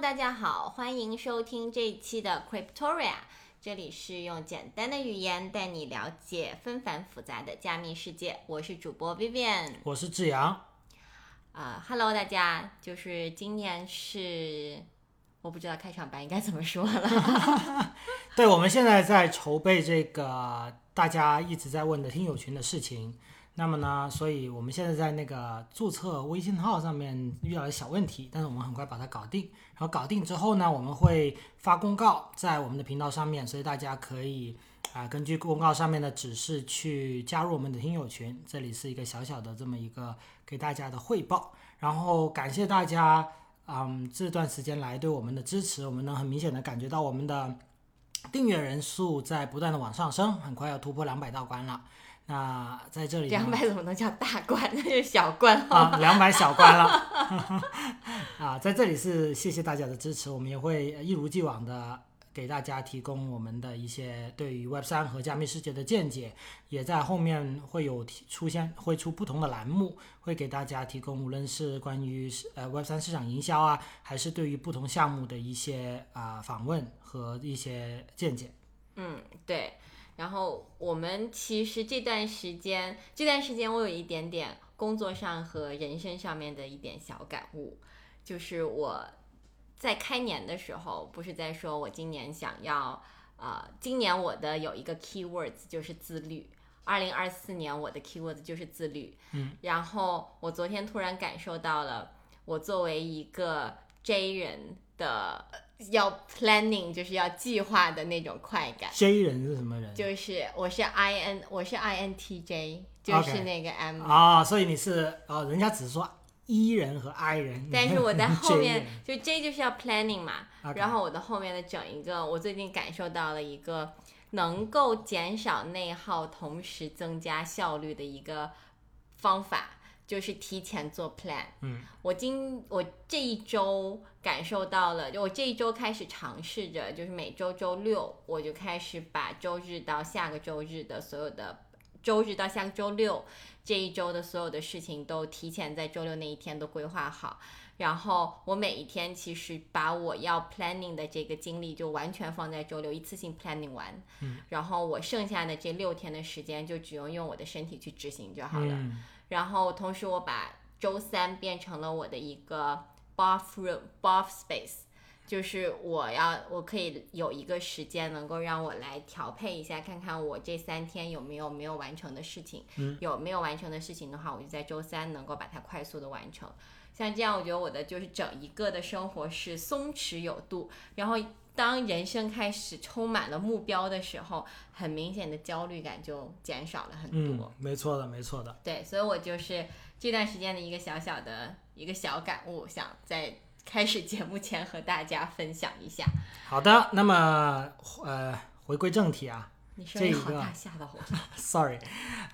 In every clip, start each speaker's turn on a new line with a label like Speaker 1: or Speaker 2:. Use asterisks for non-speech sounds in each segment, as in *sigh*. Speaker 1: 大家好，欢迎收听这一期的 Cryptoria，这里是用简单的语言带你了解纷繁复杂的加密世界，我是主播 Vivian。
Speaker 2: 我是志阳，
Speaker 1: 啊、h e l l o 大家，就是今年是我不知道开场白应该怎么说了，
Speaker 2: 对，我们现在在筹备这个大家一直在问的听友群的事情。那么呢，所以我们现在在那个注册微信号上面遇到了小问题，但是我们很快把它搞定。然后搞定之后呢，我们会发公告在我们的频道上面，所以大家可以啊、根据公告上面的指示去加入我们的听友群。这里是一个小小的这么一个给大家的汇报，然后感谢大家。嗯，这段时间来对我们的支持，我们能很明显的感觉到我们的订阅人数在不断的往上升，很快要突破两百大关了。那在这里呢
Speaker 1: 两百怎么能叫大关？那 *laughs* 就是小关号。
Speaker 2: *laughs* 啊，两百小关了 *laughs* 啊，在这里是谢谢大家的支持，我们也会一如既往的给大家提供我们的一些对于 Web 三和加密世界的见解，也在后面会有提出现会出不同的栏目，会给大家提供无论是关于呃 Web 三市场营销啊，还是对于不同项目的一些啊、访问和一些见解。
Speaker 1: 嗯，对。然后我们其实这段时间，这段时间我有一点点工作上和人生上面的一点小感悟，就是我在开年的时候，不是在说我今年想要，呃，今年我的有一个 keywords 就是自律。二零二四年我的 keywords 就是自律，嗯，然后我昨天突然感受到了，我作为一个 J 人的要 planning 就是要计划的那种快感。
Speaker 2: J 人是什么人？
Speaker 1: 就是我是 I N 我是 I N T J，就是那个 M，、
Speaker 2: 啊、所以你是哦，人家只是说 E 人和 I 人，
Speaker 1: 但是我在后
Speaker 2: J *laughs*
Speaker 1: 面
Speaker 2: 人
Speaker 1: 就 J 就是要 planning 嘛
Speaker 2: OK
Speaker 1: 然后我的后面的整一个，我最近感受到了一个能够减少内耗，同时增加效率的一个方法，就是提前做 plan。
Speaker 2: 嗯，
Speaker 1: 我今我这一周感受到了，就我这一周开始尝试着，就是每周周六我就开始把周日到下个周日的所有的周日到下个周六这一周的所有的事情都提前在周六那一天都规划好。然后我每一天其实把我要 planning 的这个精力就完全放在周六一次性 planning 完，嗯、然后我剩下的这六天的时间就只用用我的身体去执行就好了。
Speaker 2: 嗯
Speaker 1: 然后同时我把周三变成了我的一个 buff room buff space，就是我要我可以有一个时间能够让我来调配一下，看看我这三天有没有没有完成的事情，有没有完成的事情的话，我就在周三能够把它快速的完成。像这样，我觉得我的就是整一个的生活是松弛有度，然后。当人生开始充满了目标的时候，很明显的焦虑感就减少了很多。
Speaker 2: 嗯，没错的，没错的。
Speaker 1: 对，所以我就是这段时间的一个小小的一个小感悟，想在开始节目前和大家分享一下。
Speaker 2: 好的，那么呃，回归正题啊 *laughs*
Speaker 1: 你声音好
Speaker 2: 这一
Speaker 1: 大，
Speaker 2: 个
Speaker 1: 吓到我。
Speaker 2: ，sorry，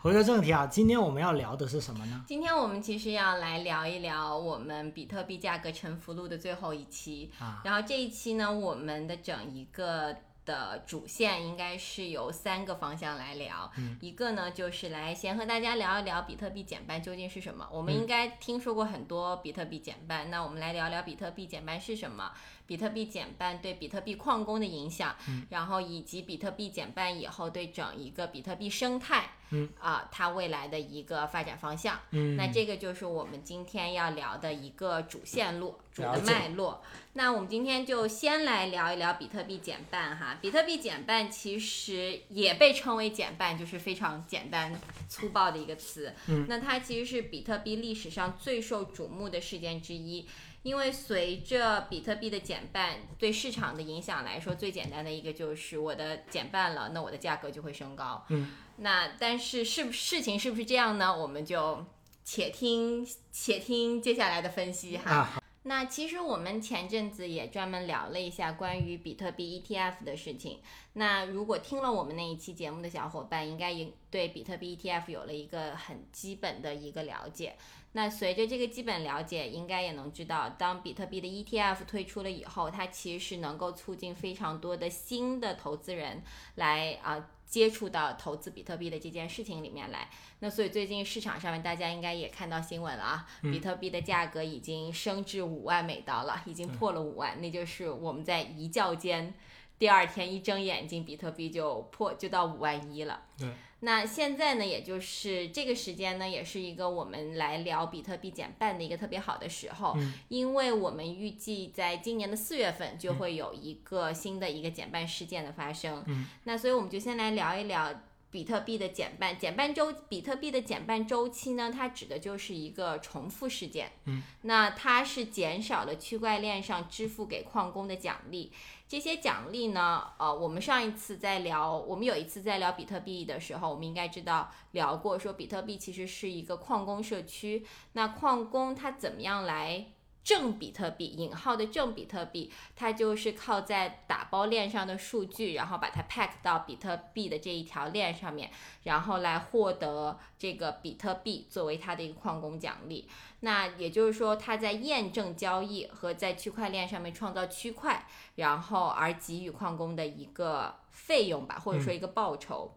Speaker 2: 回归正题啊，今天我们要聊的是什么呢？
Speaker 1: 今天我们其实要来聊一聊我们比特币价格沉浮录的最后一期，
Speaker 2: 啊
Speaker 1: 然后这一期呢，我们的整一个。的主线应该是由三个方向来聊，
Speaker 2: 嗯
Speaker 1: 一个呢就是来先和大家聊一聊比特币减半究竟是什
Speaker 2: 嗯
Speaker 1: 么。我们应该听说过很多比特币减半，那我们来聊聊比特币减半是什么，比特币减半对比特币矿工的影响，
Speaker 2: 嗯
Speaker 1: 然后以及比特币减半以后对整一个比特币生态，
Speaker 2: 嗯
Speaker 1: 啊、它未来的一个发展方向。
Speaker 2: 嗯，
Speaker 1: 那这个就是我们今天要聊的一个主线路、主
Speaker 2: 了
Speaker 1: 的
Speaker 2: 解
Speaker 1: 脉络。那我们今天就先来聊一聊比特币减半哈。比特币减半其实也被称为减半，就是非常简单粗暴的一个词。嗯，那它其实是比特币历史上最受瞩目的事件之一。因为随着比特币的减半对市场的影响来说，最简单的一个就是我的减半了，那我的价格就会升高。
Speaker 2: 嗯，
Speaker 1: 那但是是不事情是不是这样呢？我们就且听且听接下来的分析哈。
Speaker 2: 啊，
Speaker 1: 那其实我们前阵子也专门聊了一下关于比特币 ETF 的事情。那如果听了我们那一期节目的小伙伴，应该也对比特币 ETF 有了一个很基本的一个了解。那随着这个基本了解，应该也能知道，当比特币的 ETF 推出了以后，它其实是能够促进非常多的新的投资人来啊、接触到投资比特币的这件事情里面来。那所以最近市场上面大家应该也看到新闻了啊，
Speaker 2: 嗯
Speaker 1: 比特币的价格已经升至五万美刀了，已经破了五万，那就是我们在一觉间，第二天一睁眼睛，比特币就破就到五万一了。
Speaker 2: 对。
Speaker 1: 那现在呢，也就是这个时间呢，也是一个我们来聊比特币减半的一个特别好的时候，
Speaker 2: 嗯
Speaker 1: 因为我们预计在今年的四月份就会有一个新的一个减半事件的发生。
Speaker 2: 嗯，
Speaker 1: 那所以我们就先来聊一聊比特币的减半，减半周，比特币的减半周期呢，它指的就是一个重复事件。
Speaker 2: 嗯，
Speaker 1: 那它是减少了区块链上支付给矿工的奖励，这些奖励呢，呃，我们上一次在聊，我们有一次在聊比特币的时候，我们应该知道聊过，说比特币其实是一个矿工社区，那矿工他怎么样来？挣比特币，引号的挣比特币，它就是靠在打包链上的数据，然后把它 pack 到比特币的这一条链上面，然后来获得这个比特币作为它的一个矿工奖励。那也就是说，它在验证交易和在区块链上面创造区块，然后而给予矿工的一个费用吧，或者说一个报酬。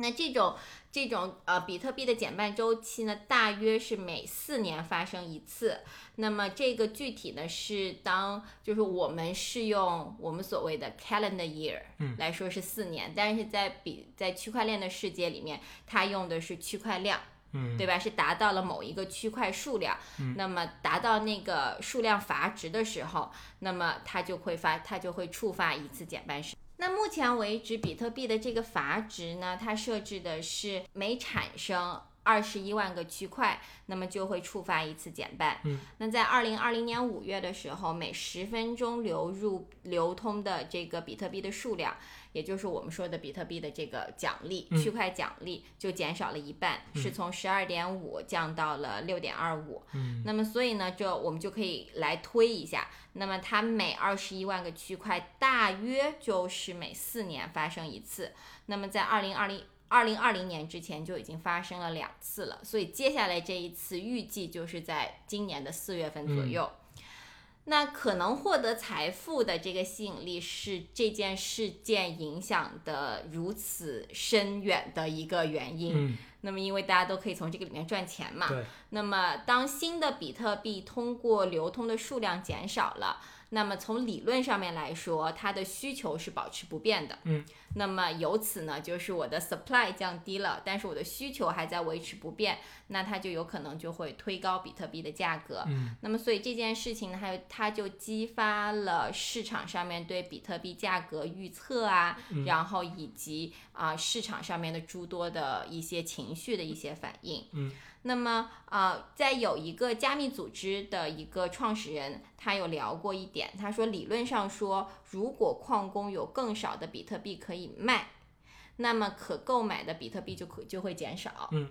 Speaker 1: 那这种这种呃，比特币的减半周期呢，大约是每四年发生一次。那么这个具体呢是当就是我们是用我们所谓的 calendar year
Speaker 2: 嗯
Speaker 1: 来说是四年，但是在比在区块链的世界里面，它用的是区块量。
Speaker 2: 嗯
Speaker 1: 对吧？是达到了某一个区块数量，那么达到那个数量阀值的时候，那么它就会发，它就会触发一次减半时。那目前为止，比特币的这个阀值呢，它设置的是每产生二十一万个区块，那么就会触发一次减半。
Speaker 2: 嗯，
Speaker 1: 那在二零二零年五月的时候，每十分钟流入流通的这个比特币的数量，也就是我们说的比特币的这个奖励，
Speaker 2: 嗯
Speaker 1: 区块奖励就减少了一半，是从十二点五降到了六点二五。
Speaker 2: 嗯，
Speaker 1: 那么所以呢，这我们就可以来推一下，那么它每二十一万个区块，大约就是每四年发生一次。那么在二零二零。二零二零年之前就已经发生了两次了，所以接下来这一次预计就是在今年的四月份左
Speaker 2: 嗯
Speaker 1: 右。那可能获得财富的这个吸引力是这件事件影响的如此深远的一个原因。
Speaker 2: 嗯
Speaker 1: 那么，因为大家都可以从这个里面赚钱嘛，
Speaker 2: 对，
Speaker 1: 那么，当新的比特币通过流通的数量减少了，那么从理论上面来说，它的需求是保持不变的。
Speaker 2: 嗯，
Speaker 1: 那么由此呢，就是我的 supply 降低了，但是我的需求还在维持不变，那它就有可能就会推高比特币的价格。
Speaker 2: 嗯，
Speaker 1: 那么所以这件事情呢，还有它就激发了市场上面对比特币价格预测啊，然后以及啊、市场上面的诸多的一些情绪的一些反应。那么，呃，在有一个加密组织的一个创始人，他有聊过一点，他说，理论上说，如果矿工有更少的比特币可以卖，那么可购买的比特币就可就会减少。
Speaker 2: 嗯。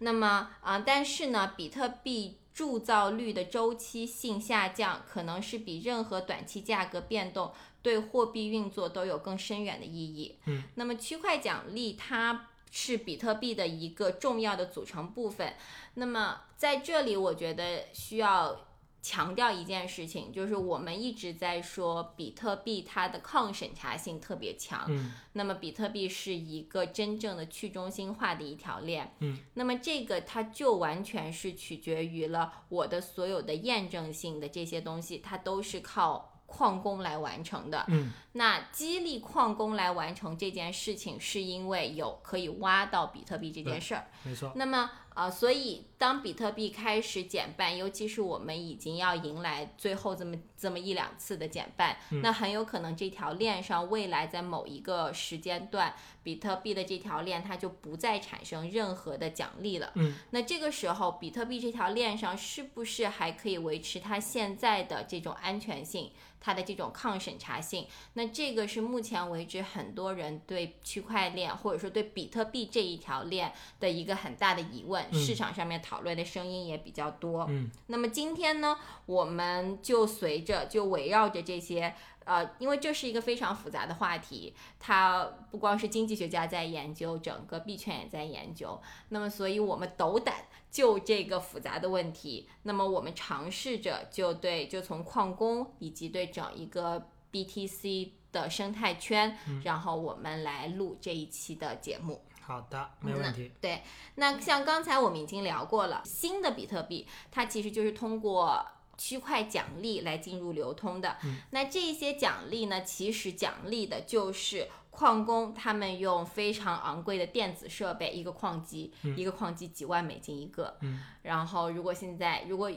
Speaker 1: 那么，啊、但是呢，比特币铸造率的周期性下降，可能是比任何短期价格变动对货币运作都有更深远的意义。
Speaker 2: 嗯。
Speaker 1: 那么，区块奖励它是比特币的一个重要的组成部分。那么在这里，我觉得需要强调一件事情，就是我们一直在说比特币它的抗审查性特别强。
Speaker 2: 嗯
Speaker 1: 那么比特币是一个真正的去中心化的一条链，
Speaker 2: 嗯，
Speaker 1: 那么这个它就完全是取决于了我的所有的验证性的这些东西，它都是靠矿工来完成的，
Speaker 2: 嗯，
Speaker 1: 那激励矿工来完成这件事情，是因为有可以挖到比特币这件事儿。
Speaker 2: 没错，
Speaker 1: 那么呃，所以当比特币开始减半，尤其是我们已经要迎来最后这么这么一两次的减半，
Speaker 2: 嗯
Speaker 1: 那很有可能这条链上未来在某一个时间段，比特币的这条链它就不再产生任何的奖励了。
Speaker 2: 嗯，
Speaker 1: 那这个时候，比特币这条链上是不是还可以维持它现在的这种安全性？它的这种抗审查性，那这个是目前为止很多人对区块链或者说对比特币这一条链的一个很大的疑问，
Speaker 2: 嗯
Speaker 1: 市场上面讨论的声音也比较多。
Speaker 2: 嗯
Speaker 1: 那么今天呢，我们就随着就围绕着这些。呃，因为这是一个非常复杂的话题，它不光是经济学家在研究，整个币圈也在研究。那么，所以我们斗胆就这个复杂的问题，那么我们尝试着就对，就从矿工以及对整一个 BTC 的生态圈，
Speaker 2: 嗯
Speaker 1: 然后我们来录这一期的节目。
Speaker 2: 好的，没问题。
Speaker 1: 对，
Speaker 2: 嗯
Speaker 1: 那像刚才我们已经聊过了，新的比特币它其实就是通过区块奖励来进入流通的。
Speaker 2: 嗯
Speaker 1: 那这些奖励呢，其实奖励的就是矿工他们用非常昂贵的电子设备，一个矿机，一个矿机几万美金一个。
Speaker 2: 嗯
Speaker 1: 然后如果现在如果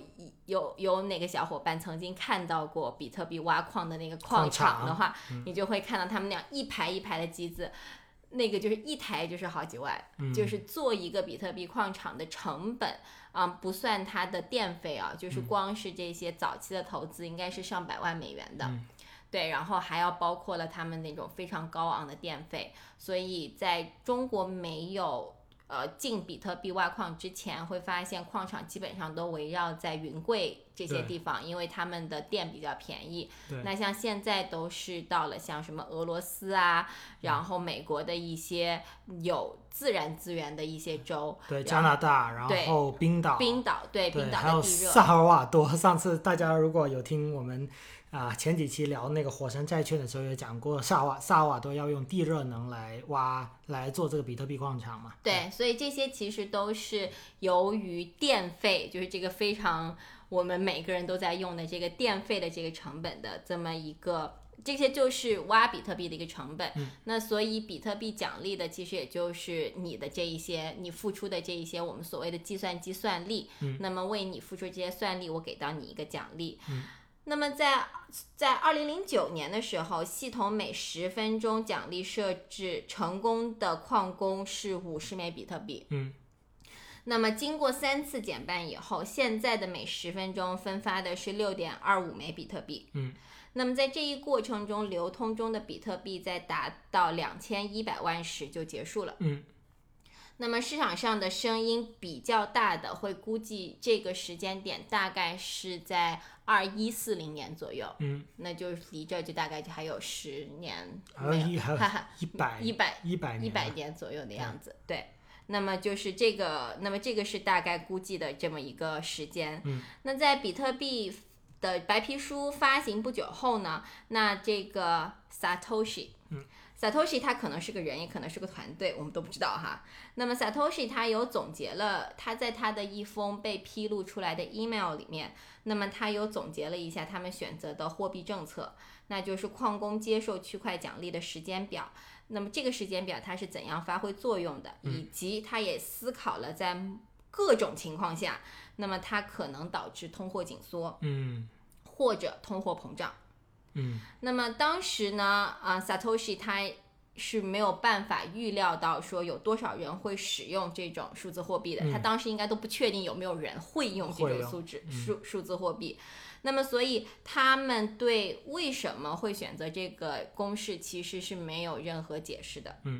Speaker 1: 有有哪个小伙伴曾经看到过比特币挖矿的那个矿
Speaker 2: 矿场嗯
Speaker 1: 场的话，你就会看到他们那样一排一排的机子。那个就是一台就是好几万，
Speaker 2: 嗯，
Speaker 1: 就是做一个比特币矿场的成本啊、不算它的电费啊，
Speaker 2: 嗯
Speaker 1: 就是光是这些早期的投资应该是上百万美元的。
Speaker 2: 嗯
Speaker 1: 对，然后还要包括了他们那种非常高昂的电费，所以在中国没有呃进比特币挖矿之前，会发现矿场基本上都围绕在云贵这些
Speaker 2: 对
Speaker 1: 地方，因为他们的电比较便宜。
Speaker 2: 对
Speaker 1: 那像现在都是到了像什么俄罗斯啊，
Speaker 2: 嗯
Speaker 1: 然后美国的一些有自然资源的一些州，
Speaker 2: 对
Speaker 1: 然
Speaker 2: 加拿大，然
Speaker 1: 对
Speaker 2: 后冰岛，
Speaker 1: 冰岛对
Speaker 2: 对，
Speaker 1: 冰
Speaker 2: 还有
Speaker 1: 岛的地热，
Speaker 2: 萨尔瓦多。上次大家如果有听我们啊、前几期聊那个火山债券的时候，也讲过萨尔瓦萨尔瓦多要用地热能来挖来做这个比特币矿场嘛。
Speaker 1: 对，所以这些其实都是由于电费，就是这个非常我们每个人都在用的这个电费的这个成本的这么一个。这些就是挖比特币的一个成本，那所以比特币奖励的其实也就是你的这一些你付出的这一些我们所谓的计算机算力，那么为你付出这些算力，我给到你一个奖励。那么在在二零零九年的时候，系统每十分钟奖励设置成功的矿工是五十枚比特币。
Speaker 2: 嗯，
Speaker 1: 那么经过三次减半以后，现在的每十分钟分发的是六点二五枚比特币。
Speaker 2: 嗯，
Speaker 1: 那么在这一过程中，流通中的比特币在达到两千一百万时就结束了。
Speaker 2: 嗯，
Speaker 1: 那么市场上的声音比较大的，会估计这个时间点大概是在二一四零年左右。
Speaker 2: 嗯，
Speaker 1: 那就是离这就大概就还有十年，
Speaker 2: 还有一还有
Speaker 1: 哈哈，
Speaker 2: 一百
Speaker 1: 一百
Speaker 2: 一百
Speaker 1: 一
Speaker 2: 年
Speaker 1: 百
Speaker 2: 吧，
Speaker 1: 年左右的样子，对。那么就是这个，那么这个是大概估计的这么一个时间。
Speaker 2: 嗯，
Speaker 1: 那在比特币的白皮书发行不久后呢，那这个 Satoshi，
Speaker 2: 嗯
Speaker 1: ，Satoshi 他可能是个人，也可能是个团队，我们都不知道哈。那么 Satoshi 他有总结了，他在他的一封被披露出来的 email 里面，那么他有总结了一下他们选择的货币政策，那就是矿工接受区块奖励的时间表。那么这个时间表它是怎样发挥作用的，以及它也思考了在各种情况下，那么它可能导致通货紧缩
Speaker 2: 嗯
Speaker 1: 或者通货膨胀。
Speaker 2: 嗯
Speaker 1: 那么当时呢，啊，Satoshi 他是没有办法预料到说有多少人会使用这种数字货币的，他当时应该都不确定有没有人会用这种
Speaker 2: 嗯会用嗯
Speaker 1: 数字数数字货币。那么，所以他们对为什么会选择这个公式其实是没有任何解释的。
Speaker 2: 嗯，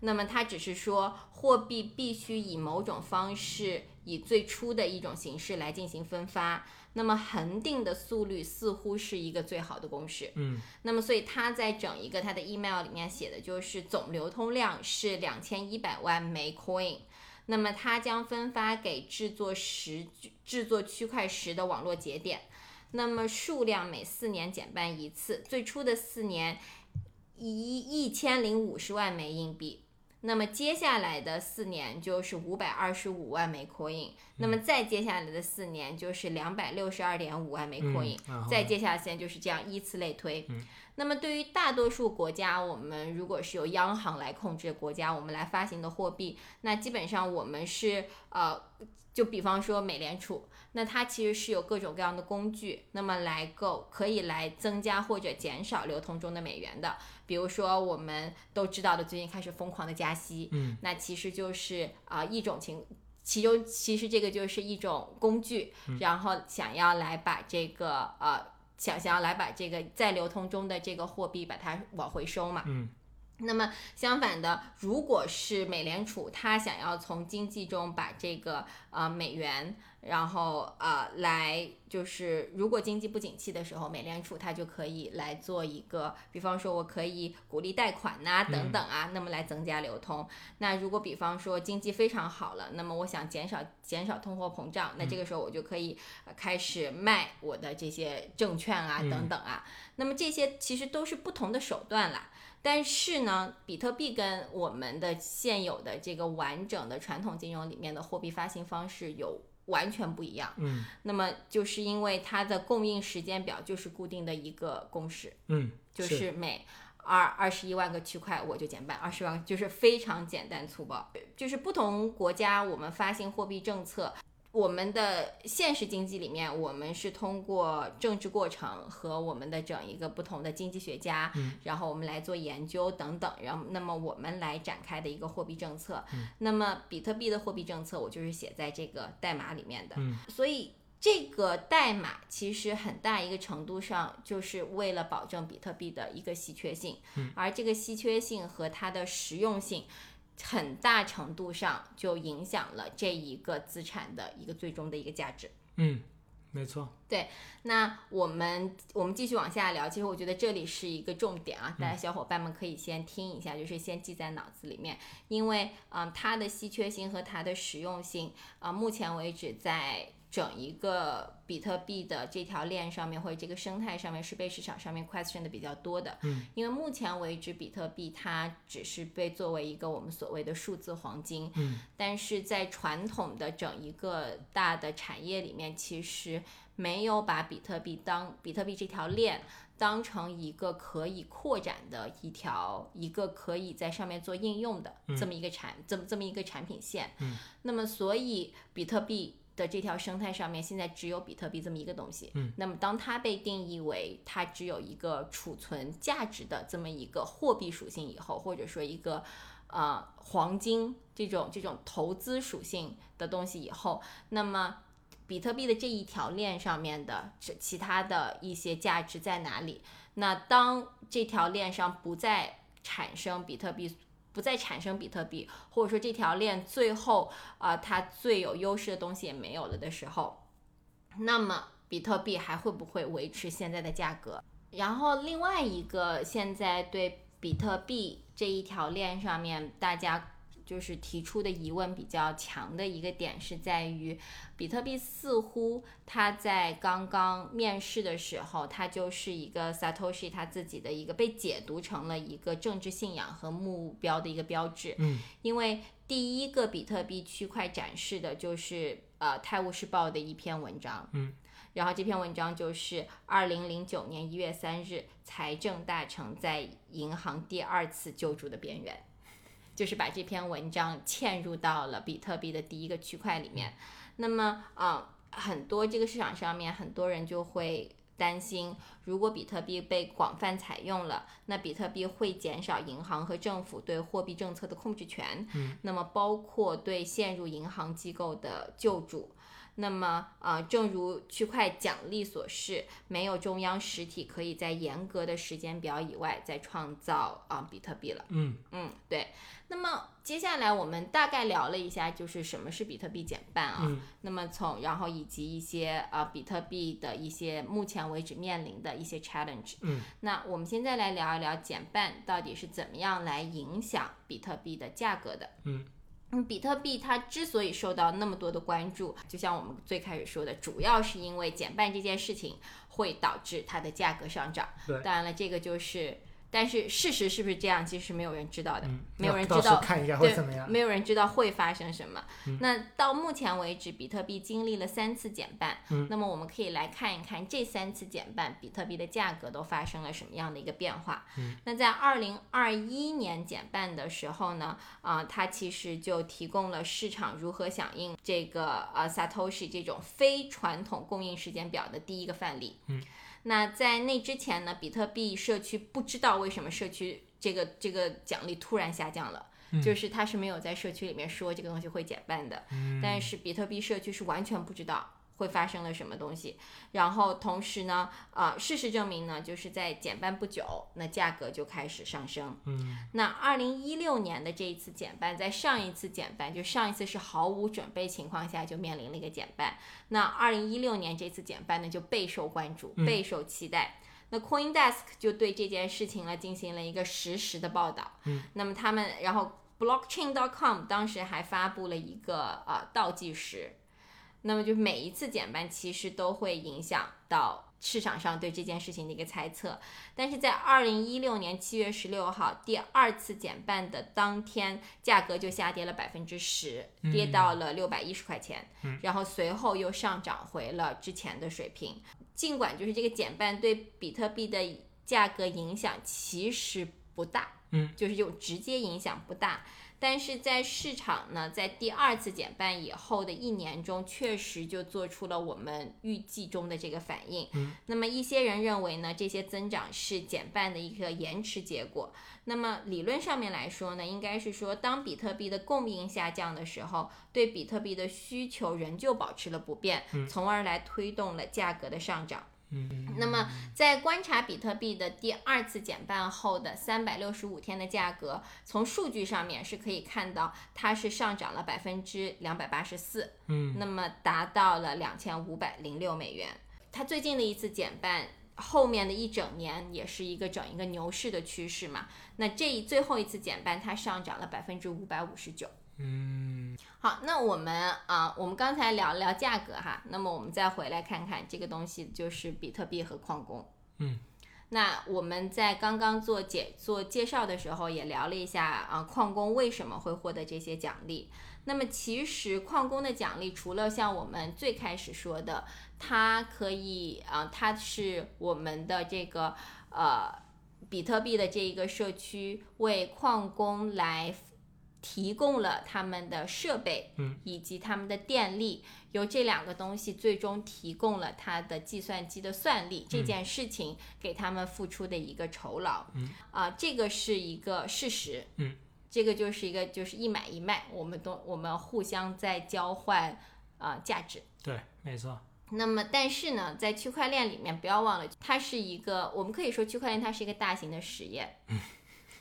Speaker 1: 那么他只是说货币必须以某种方式，以最初的一种形式来进行分发。那么恒定的速率似乎是一个最好的公式。
Speaker 2: 嗯
Speaker 1: 那么，所以他在整一个他的 email 里面写的就是总流通量是两千一百万枚 coin，那么它将分发给制作十制作区块十的网络节点，那么数量每四年减半一次，最初的四年一一千零五十万枚硬币。那么接下来的四年就是五百二十五万枚
Speaker 2: 嗯
Speaker 1: coin，那么再接下来的四年就是两百六十二点五万枚 coin，、
Speaker 2: 嗯，然后
Speaker 1: 再接下来线就是这样依次类推。
Speaker 2: 嗯
Speaker 1: 那么对于大多数国家，我们如果是由央行来控制的国家，我们来发行的货币，那基本上我们是呃，就比方说美联储，那它其实是有各种各样的工具，那么来够可以来增加或者减少流通中的美元的。比如说我们都知道的，最近开始疯狂的加息，
Speaker 2: 嗯，
Speaker 1: 那其实就是啊、呃一种情。其中其实这个就是一种工具，然后想要来把这个呃，想想要来把这个在流通中的这个货币把它往回收嘛。
Speaker 2: 嗯
Speaker 1: 那么相反的，如果是美联储它想要从经济中把这个呃美元，然后呃来就是如果经济不景气的时候，美联储它就可以来做一个，比方说我可以鼓励贷款呐、等等啊，那么来增加流通。那如果比方说经济非常好了，那么我想减少减少通货膨胀，那这个时候我就可以呃开始卖我的这些证券啊
Speaker 2: 嗯
Speaker 1: 等等啊，那么这些其实都是不同的手段啦。但是呢，比特币跟我们的现有的这个完整的传统金融里面的货币发行方式有完全不一样。
Speaker 2: 嗯
Speaker 1: 那么就是因为它的供应时间表就是固定的一个公式，
Speaker 2: 嗯，
Speaker 1: 就是每二二十一万个区块我就减半，二十万就是非常简单粗暴。就是不同国家我们发行货币政策，我们的现实经济里面，我们是通过政治过程和我们的整一个不同的经济学家，然后我们来做研究等等，然后那么我们来展开的一个货币政策。那么比特币的货币政策，我就是写在这个代码里面的，
Speaker 2: 嗯
Speaker 1: 所以。这个代码其实很大一个程度上就是为了保证比特币的一个稀缺性，而这个稀缺性和它的实用性，很大程度上就影响了这一个资产的一个最终的一个价值。
Speaker 2: 嗯，没错，
Speaker 1: 那我们我们继续往下聊，其实我觉得这里是一个重点啊，
Speaker 2: 嗯
Speaker 1: 大家小伙伴们可以先听一下，就是先记在脑子里面，因为嗯、呃它的稀缺性和它的实用性啊、呃目前为止在。整一个比特币的这条链上面，或者这个生态上面，是被市场上面 question 的比较多的。
Speaker 2: 嗯，
Speaker 1: 因为目前为止，比特币它只是被作为一个我们所谓的数字黄金。
Speaker 2: 嗯，
Speaker 1: 但是在传统的整一个大的产业里面，其实没有把比特币当比特币这条链当成一个可以扩展的一条一个可以在上面做应用的这么一个产、这么这么一个产品线。
Speaker 2: 嗯，
Speaker 1: 那么所以比特币。的这条生态上面，现在只有比特币这么一个东西。
Speaker 2: 嗯，
Speaker 1: 那么当它被定义为它只有一个储存价值的这么一个货币属性以后，或者说一个呃黄金这种这种投资属性的东西以后，那么比特币的这一条链上面的这其他的一些价值在哪里？那当这条链上不再产生比特币，不再产生比特币，或者说这条链最后啊、呃它最有优势的东西也没有了的时候，那么比特币还会不会维持现在的价格？然后另外一个现在对比特币这一条链上面大家就是提出的疑问比较强的一个点是在于，比特币似乎它在刚刚面世的时候，它就是一个 Satoshi 他自己的一个被解读成了一个政治信仰和目标的一个标志。
Speaker 2: 嗯，
Speaker 1: 因为第一个比特币区块展示的就是呃《泰晤士报》的一篇文章。
Speaker 2: 嗯。
Speaker 1: 然后这篇文章就是二零零九年一月三日，财政大臣在银行第二次救助的边缘，就是把这篇文章嵌入到了比特币的第一个区块里面。那么啊、呃很多这个市场上面很多人就会担心，如果比特币被广泛采用了，那比特币会减少银行和政府对货币政策的控制权，嗯，那么包括对陷入银行机构的救助。那么，呃，正如区块奖励所示，没有中央实体可以在严格的时间表以外再创造啊、比特币了。
Speaker 2: 嗯
Speaker 1: 嗯，对。那么接下来我们大概聊了一下，就是什么是比特币减半啊？
Speaker 2: 嗯
Speaker 1: 那么从然后以及一些呃比特币的一些目前为止面临的一些 challenge。
Speaker 2: 嗯，
Speaker 1: 那我们现在来聊一聊减半到底是怎么样来影响比特币的价格的。
Speaker 2: 嗯。
Speaker 1: 嗯，比特币它之所以受到那么多的关注，就像我们最开始说的，主要是因为减半这件事情会导致它的价格上涨。
Speaker 2: 对
Speaker 1: 当然了，这个就是，但是事实是不是这样，其实没有人知道的。
Speaker 2: 嗯，
Speaker 1: 没有人
Speaker 2: 那
Speaker 1: 知
Speaker 2: 到时候
Speaker 1: 道
Speaker 2: 看一下
Speaker 1: 对
Speaker 2: 会怎么样。嗯
Speaker 1: 没有人知道会发生什么。那到目前为止，比特币经历了三次减半。
Speaker 2: 嗯
Speaker 1: 那么我们可以来看一看这三次减半，比特币的价格都发生了什么样的一个变化。
Speaker 2: 嗯
Speaker 1: 那在二零二一年减半的时候呢，啊、它其实就提供了市场如何响应这个呃 Satoshi 这种非传统供应时间表的第一个范例。
Speaker 2: 嗯，
Speaker 1: 那在那之前呢，比特币社区不知道为什么社区这个这个奖励突然下降了。
Speaker 2: 嗯
Speaker 1: 就是
Speaker 2: 嗯
Speaker 1: 他是没有在社区里面说这个东西会减半的，但是比特币社区是完全不知道会发生了什么东西。然后同时呢，啊、事实证明呢，就是在减半不久，那价格就开始上升。
Speaker 2: 嗯
Speaker 1: 那二零一六年的这一次减半，在上一次减半，就上一次是毫无准备情况下就面临了一个减半。那二零一六年这次减半呢，就备受关注，
Speaker 2: 嗯
Speaker 1: 备受期待。那 CoinDesk 就对这件事情呢进行了一个实时的报道。
Speaker 2: 嗯，
Speaker 1: 那么他们然后 Blockchain.com 当时还发布了一个呃倒计时，那么就每一次减半其实都会影响到市场上对这件事情的一个猜测。但是在二零一六年七月十六号第二次减半的当天，价格就下跌了百分之十，
Speaker 2: 嗯
Speaker 1: 跌到了六百一十块钱，
Speaker 2: 嗯
Speaker 1: 然后随后又上涨回了之前的水平。尽管就是这个减半对比特币的价格影响其实不大，
Speaker 2: 嗯，
Speaker 1: 就是有直接影响不大。但是在市场呢，在第二次减半以后的一年中，确实就做出了我们预计中的这个反应。那么一些人认为呢，这些增长是减半的一个延迟结果。那么理论上面来说呢，应该是说，当比特币的供应下降的时候，对比特币的需求仍旧保持了不变，从而来推动了价格的上涨。
Speaker 2: 嗯
Speaker 1: 那么，在观察比特币的第二次减半后的三百六十五天的价格，从数据上面是可以看到，它是上涨了百分之两百八十四。
Speaker 2: 嗯
Speaker 1: 那么达到了两千五百零六美元。它最近的一次减半，后面的一整年也是一个整一个牛市的趋势嘛。那这一最后一次减半，它上涨了百分之五百五十九。
Speaker 2: 嗯
Speaker 1: 好，那我们啊、我们刚才聊了聊价格哈，那么我们再回来看看这个东西，就是比特币和矿工。
Speaker 2: 嗯，
Speaker 1: 那我们在刚刚做解做介绍的时候也聊了一下啊，矿工为什么会获得这些奖励？那么其实矿工的奖励，除了像我们最开始说的，它可以啊，它是我们的这个呃比特币的这一个社区为矿工来提供了他们的设备，
Speaker 2: 嗯，
Speaker 1: 以及他们的电力，由这两个东西最终提供了它的计算机的算力这件事情给他们付出的一个酬劳，
Speaker 2: 嗯，
Speaker 1: 啊、这个是一个事实，
Speaker 2: 嗯，
Speaker 1: 这个就是一个就是一买一卖，我们都我们互相在交换啊、呃价值。
Speaker 2: 对，没错，
Speaker 1: 那么，但是呢，在区块链里面，不要忘了，它是一个，我们可以说区块链它是一个大型的实验，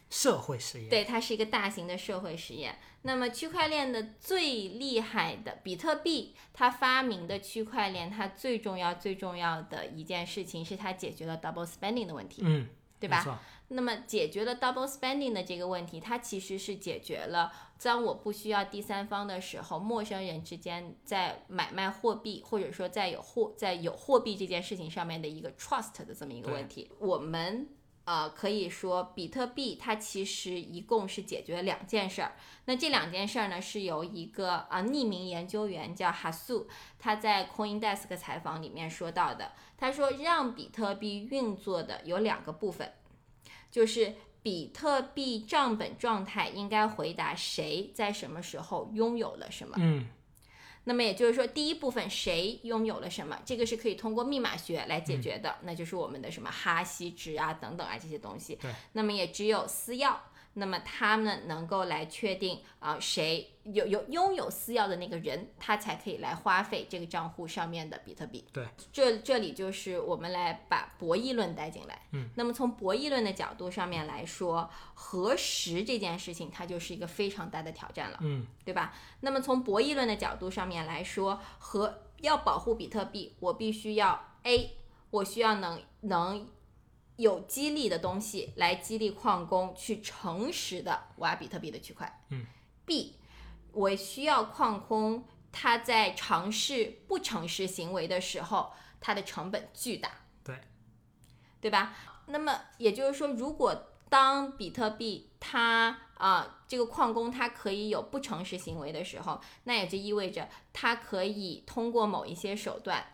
Speaker 2: 社会实验。
Speaker 1: 对，它是一个大型的社会实验。那么，区块链的最厉害的比特币，它发明的区块链，它最重要、最重要的一件事情是它解决了 double spending 的问题，
Speaker 2: 嗯，
Speaker 1: 对吧
Speaker 2: 没？错？
Speaker 1: 那么解决了 double spending 的这个问题，它其实是解决了当我不需要第三方的时候，陌生人之间在买卖货币或者说在有货在有货币这件事情上面的一个 trust 的这么一个
Speaker 2: 对
Speaker 1: 问题。我们呃可以说，比特币它其实一共是解决了两件事儿。那这两件事儿呢，是由一个啊、呃匿名研究员叫哈素，他在 CoinDesk 采访里面说到的。他说，让比特币运作的有两个部分。就是比特币账本状态应该回答谁在什么时候拥有了什么。
Speaker 2: 嗯
Speaker 1: 那么也就是说，第一部分谁拥有了什么，这个是可以通过密码学来
Speaker 2: 嗯
Speaker 1: 解决的，那就是我们的什么哈希值啊等等啊这些东西
Speaker 2: 对。
Speaker 1: 那么也只有私钥，那么他们能够来确定啊、谁有有拥有私钥的那个人，他才可以来花费这个账户上面的比特币。
Speaker 2: 对，
Speaker 1: 这这里就是我们来把博弈论带进来。
Speaker 2: 嗯，
Speaker 1: 那么从博弈论的角度上面来说，核实这件事情它就是一个非常大的挑战了。
Speaker 2: 嗯
Speaker 1: 对吧？那么从博弈论的角度上面来说，和要保护比特币，我必须要 A，我需要能能有激励的东西来激励矿工去诚实的挖比特币的区块。
Speaker 2: 嗯。
Speaker 1: B，我需要矿工他在尝试不诚实行为的时候，它的成本巨大。
Speaker 2: 对。
Speaker 1: 对吧？那么也就是说，如果当比特币它啊、这个矿工它可以有不诚实行为的时候，那也就意味着它可以通过某一些手段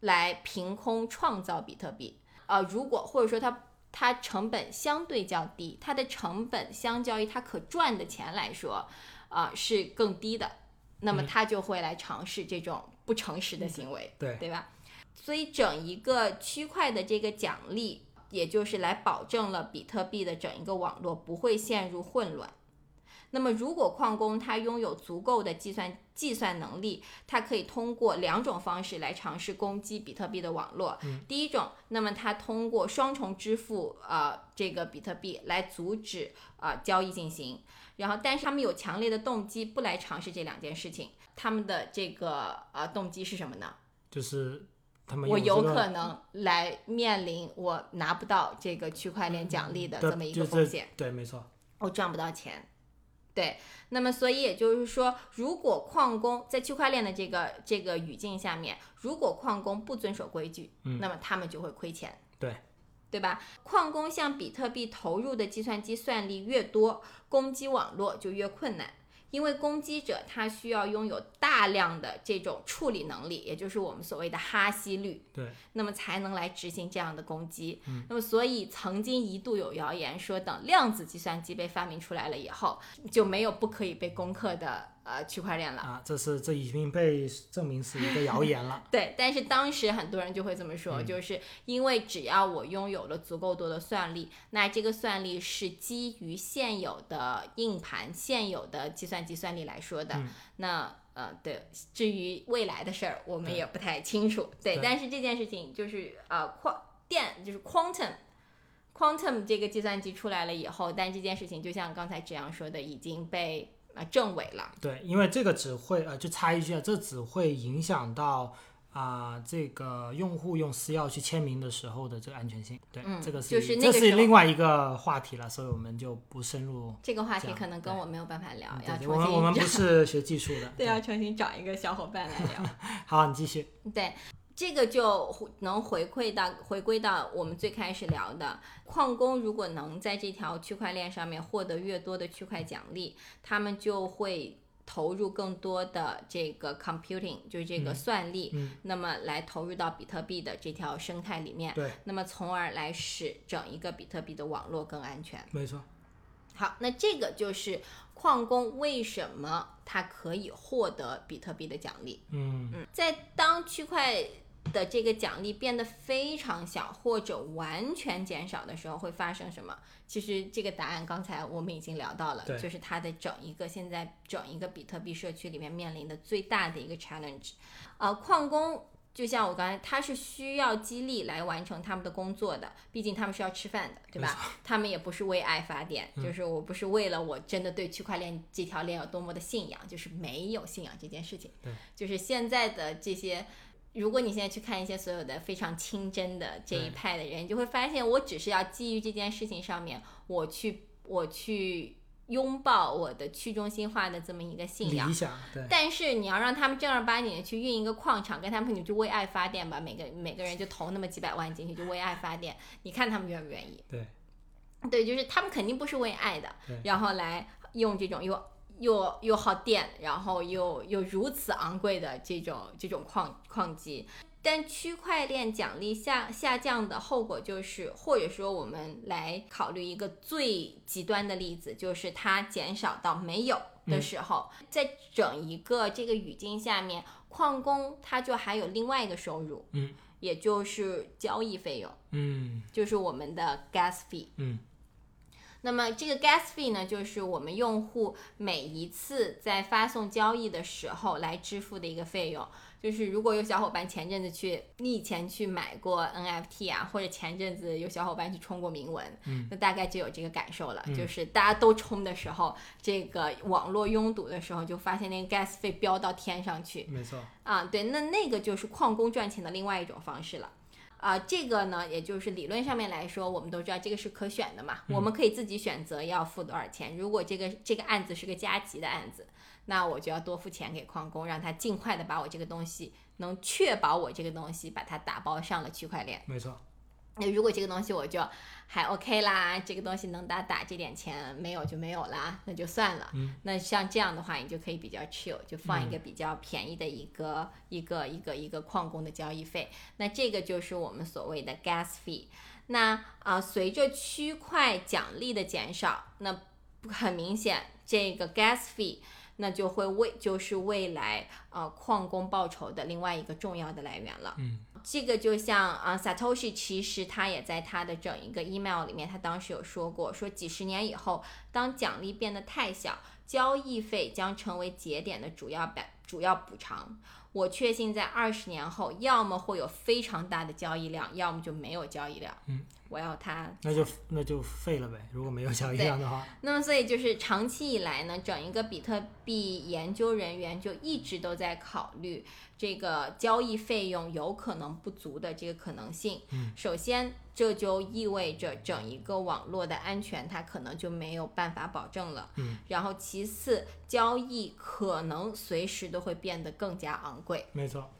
Speaker 1: 来凭空创造比特币。呃，如果或者说它它成本相对较低，它的成本相较于它可赚的钱来说，啊、是更低的，那么它就会来尝试这种不诚实的行为。
Speaker 2: 对
Speaker 1: 对吧？所以整一个区块的这个奖励，也就是来保证了比特币的整一个网络不会陷入混乱。那么，如果矿工他拥有足够的计算计算能力，他可以通过两种方式来尝试攻击比特币的网络。第一种，那么他通过双重支付呃这个比特币来阻止啊、呃交易进行。然后，但是他们有强烈的动机不来尝试这两件事情。他们的这个呃动机是什么呢？
Speaker 2: 就是他们
Speaker 1: 我有
Speaker 2: 有这个
Speaker 1: 可能来面临我拿不到这个区块链奖励的这么一个风险。，
Speaker 2: 嗯对，没错，
Speaker 1: 我赚不到钱。对，那么所以也就是说，如果矿工在区块链的这个这个语境下面，如果矿工不遵守规矩，
Speaker 2: 嗯
Speaker 1: 那么他们就会亏钱。
Speaker 2: 对。
Speaker 1: 对吧？矿工向比特币投入的计算机算力越多，攻击网络就越困难，因为攻击者他需要拥有大量的这种处理能力，也就是我们所谓的哈希率。
Speaker 2: 对，嗯
Speaker 1: 那么才能来执行这样的攻击。那么，所以曾经一度有谣言说，等量子计算机被发明出来了以后，就没有不可以被攻克的呃区块链了。
Speaker 2: 啊，这是这已经被证明是一个谣言了。
Speaker 1: 对，但是当时很多人就会这么说，
Speaker 2: 啊嗯
Speaker 1: 就是因为只要我拥有了足够多的算力，那这个算力是基于现有的硬盘、现有的计算机算力来说的。
Speaker 2: 嗯
Speaker 1: 那呃，对，至于未来的事儿，我们
Speaker 2: 对
Speaker 1: 也不太清楚。对，
Speaker 2: 对
Speaker 1: 但是这件事情就是呃，矿电就是 quantum。quantum 这个计算机出来了以后，但这件事情就像刚才志阳说的，已经被呃证伪了。
Speaker 2: 对，因为这个只会呃，就插一句啊，这只会影响到啊、这个用户用私钥去签名的时候的这个安全性。对，
Speaker 1: 嗯
Speaker 2: 这个是
Speaker 1: 就
Speaker 2: 一
Speaker 1: 是那
Speaker 2: 这
Speaker 1: 个
Speaker 2: 是
Speaker 1: 时候
Speaker 2: 另外一个话题了，所以我们就不深入。
Speaker 1: 这个话题
Speaker 2: 这样
Speaker 1: 可能跟
Speaker 2: 对嗯
Speaker 1: 我没有办法聊，
Speaker 2: 对
Speaker 1: 要
Speaker 2: 我
Speaker 1: 重
Speaker 2: 们
Speaker 1: 新
Speaker 2: 我们不是学技术的。
Speaker 1: 对，要重新找一个小伙伴来聊。
Speaker 2: 好，你继续。
Speaker 1: *laughs* 对，这个就回能回馈到回归到我们最开始聊的，矿工如果能在这条区块链上面获得越多的区块奖励，他们就会。投入更多的这个 computing，就是这个算力，
Speaker 2: 嗯
Speaker 1: 那么来投入到比特币的这条生态里面，
Speaker 2: 对，
Speaker 1: 那么从而来使整一个比特币的网络更安全。
Speaker 2: 没错，
Speaker 1: 好，那这个就是矿工为什么他可以获得比特币的奖励。
Speaker 2: 嗯，
Speaker 1: 嗯，在当区块的这个奖励变得非常小或者完全减少的时候，会发生什么？其实这个答案刚才我们已经聊到了，
Speaker 2: 对
Speaker 1: 就是它的整一个现在整一个比特币社区里面面临的最大的一个 challenge。呃，矿工就像我刚才，他是需要激励来完成他们的工作的，毕竟他们是要吃饭的，对吧？他们也不是为爱发电，就是我不是为了我真的对区块链这条链有多么的信仰，就是没有信仰这件事情。就是现在的这些，如果你现在去看一些所有的非常清真的这一
Speaker 2: 对
Speaker 1: 派的人，你就会发现，我只是要基于这件事情上面，我去我去拥抱我的去中心化的这么一个信仰
Speaker 2: 理。想对。
Speaker 1: 但是你要让他们正儿八经的去运一个矿场，跟他们你就为爱发电吧，每个每个人就投那么几百万进去，就为爱发电，你看他们愿不愿意？
Speaker 2: 对，
Speaker 1: 对，就是他们肯定不是为爱的
Speaker 2: 对，
Speaker 1: 然后来用这种又又又耗电，然后又又如此昂贵的这种这种矿矿机。但区块链奖励下下降的后果就是，或者说我们来考虑一个最极端的例子，就是它减少到没有
Speaker 2: 嗯
Speaker 1: 的时候，在整一个这个语境下面，矿工他就还有另外一个收入，
Speaker 2: 嗯，
Speaker 1: 也就是交易费用，
Speaker 2: 嗯
Speaker 1: 就是我们的 gas fee。
Speaker 2: 嗯，
Speaker 1: 那么这个 gas fee 呢，就是我们用户每一次在发送交易的时候来支付的一个费用。就是如果有小伙伴前阵子去，你以前去买过 NFT 啊，或者前阵子有小伙伴去冲过铭文，
Speaker 2: 嗯
Speaker 1: 那大概就有这个感受了。
Speaker 2: 嗯
Speaker 1: 就是大家都冲的时候，这个网络拥堵的时候，就发现那个 gas 费飙到天上去，
Speaker 2: 没错，
Speaker 1: 啊，对，那那个就是矿工赚钱的另外一种方式了。啊，这个呢，也就是理论上面来说，我们都知道这个是可选的嘛，我们可以自己选择要付多少钱。如果这个这个案子是个加急的案子，那我就要多付钱给矿工，让他尽快的把我这个东西，能确保我这个东西把它打包上了区块链。
Speaker 2: 没错，
Speaker 1: 那如果这个东西我就还 OK 啦，这个东西能打打这点钱，没有就没有啦，那就算了。
Speaker 2: 嗯
Speaker 1: 那像这样的话，你就可以比较 chill，就放一个比较便宜的一个、一个一个一个矿工的交易费。那这个就是我们所谓的 gas fee。那啊、呃随着区块奖励的减少，那很明显这个 gas fee。那就会为就是未来呃矿工报酬的另外一个重要的来源了。
Speaker 2: 嗯，
Speaker 1: 这个就像啊，Satoshi 其实他也在他的整一个 email 里面，他当时有说过，说几十年以后，当奖励变得太小，交易费将成为节点的主要百主要补偿。我确信在二十年后，要么会有非常大的交易量，要么就没有交易量。
Speaker 2: 嗯，
Speaker 1: 我要它
Speaker 2: 那就那就废了呗。如果没有交易量的话，
Speaker 1: 那么，所以就是长期以来呢，整一个比特币研究人员就一直都在考虑这个交易费用有可能不足的这个可能性。
Speaker 2: 嗯，
Speaker 1: 首先这就意味着整一个网络的安全它可能就没有办法保证了。
Speaker 2: 嗯，
Speaker 1: 然后其次，交易可能随时都会变得更加昂贵。
Speaker 2: 没错，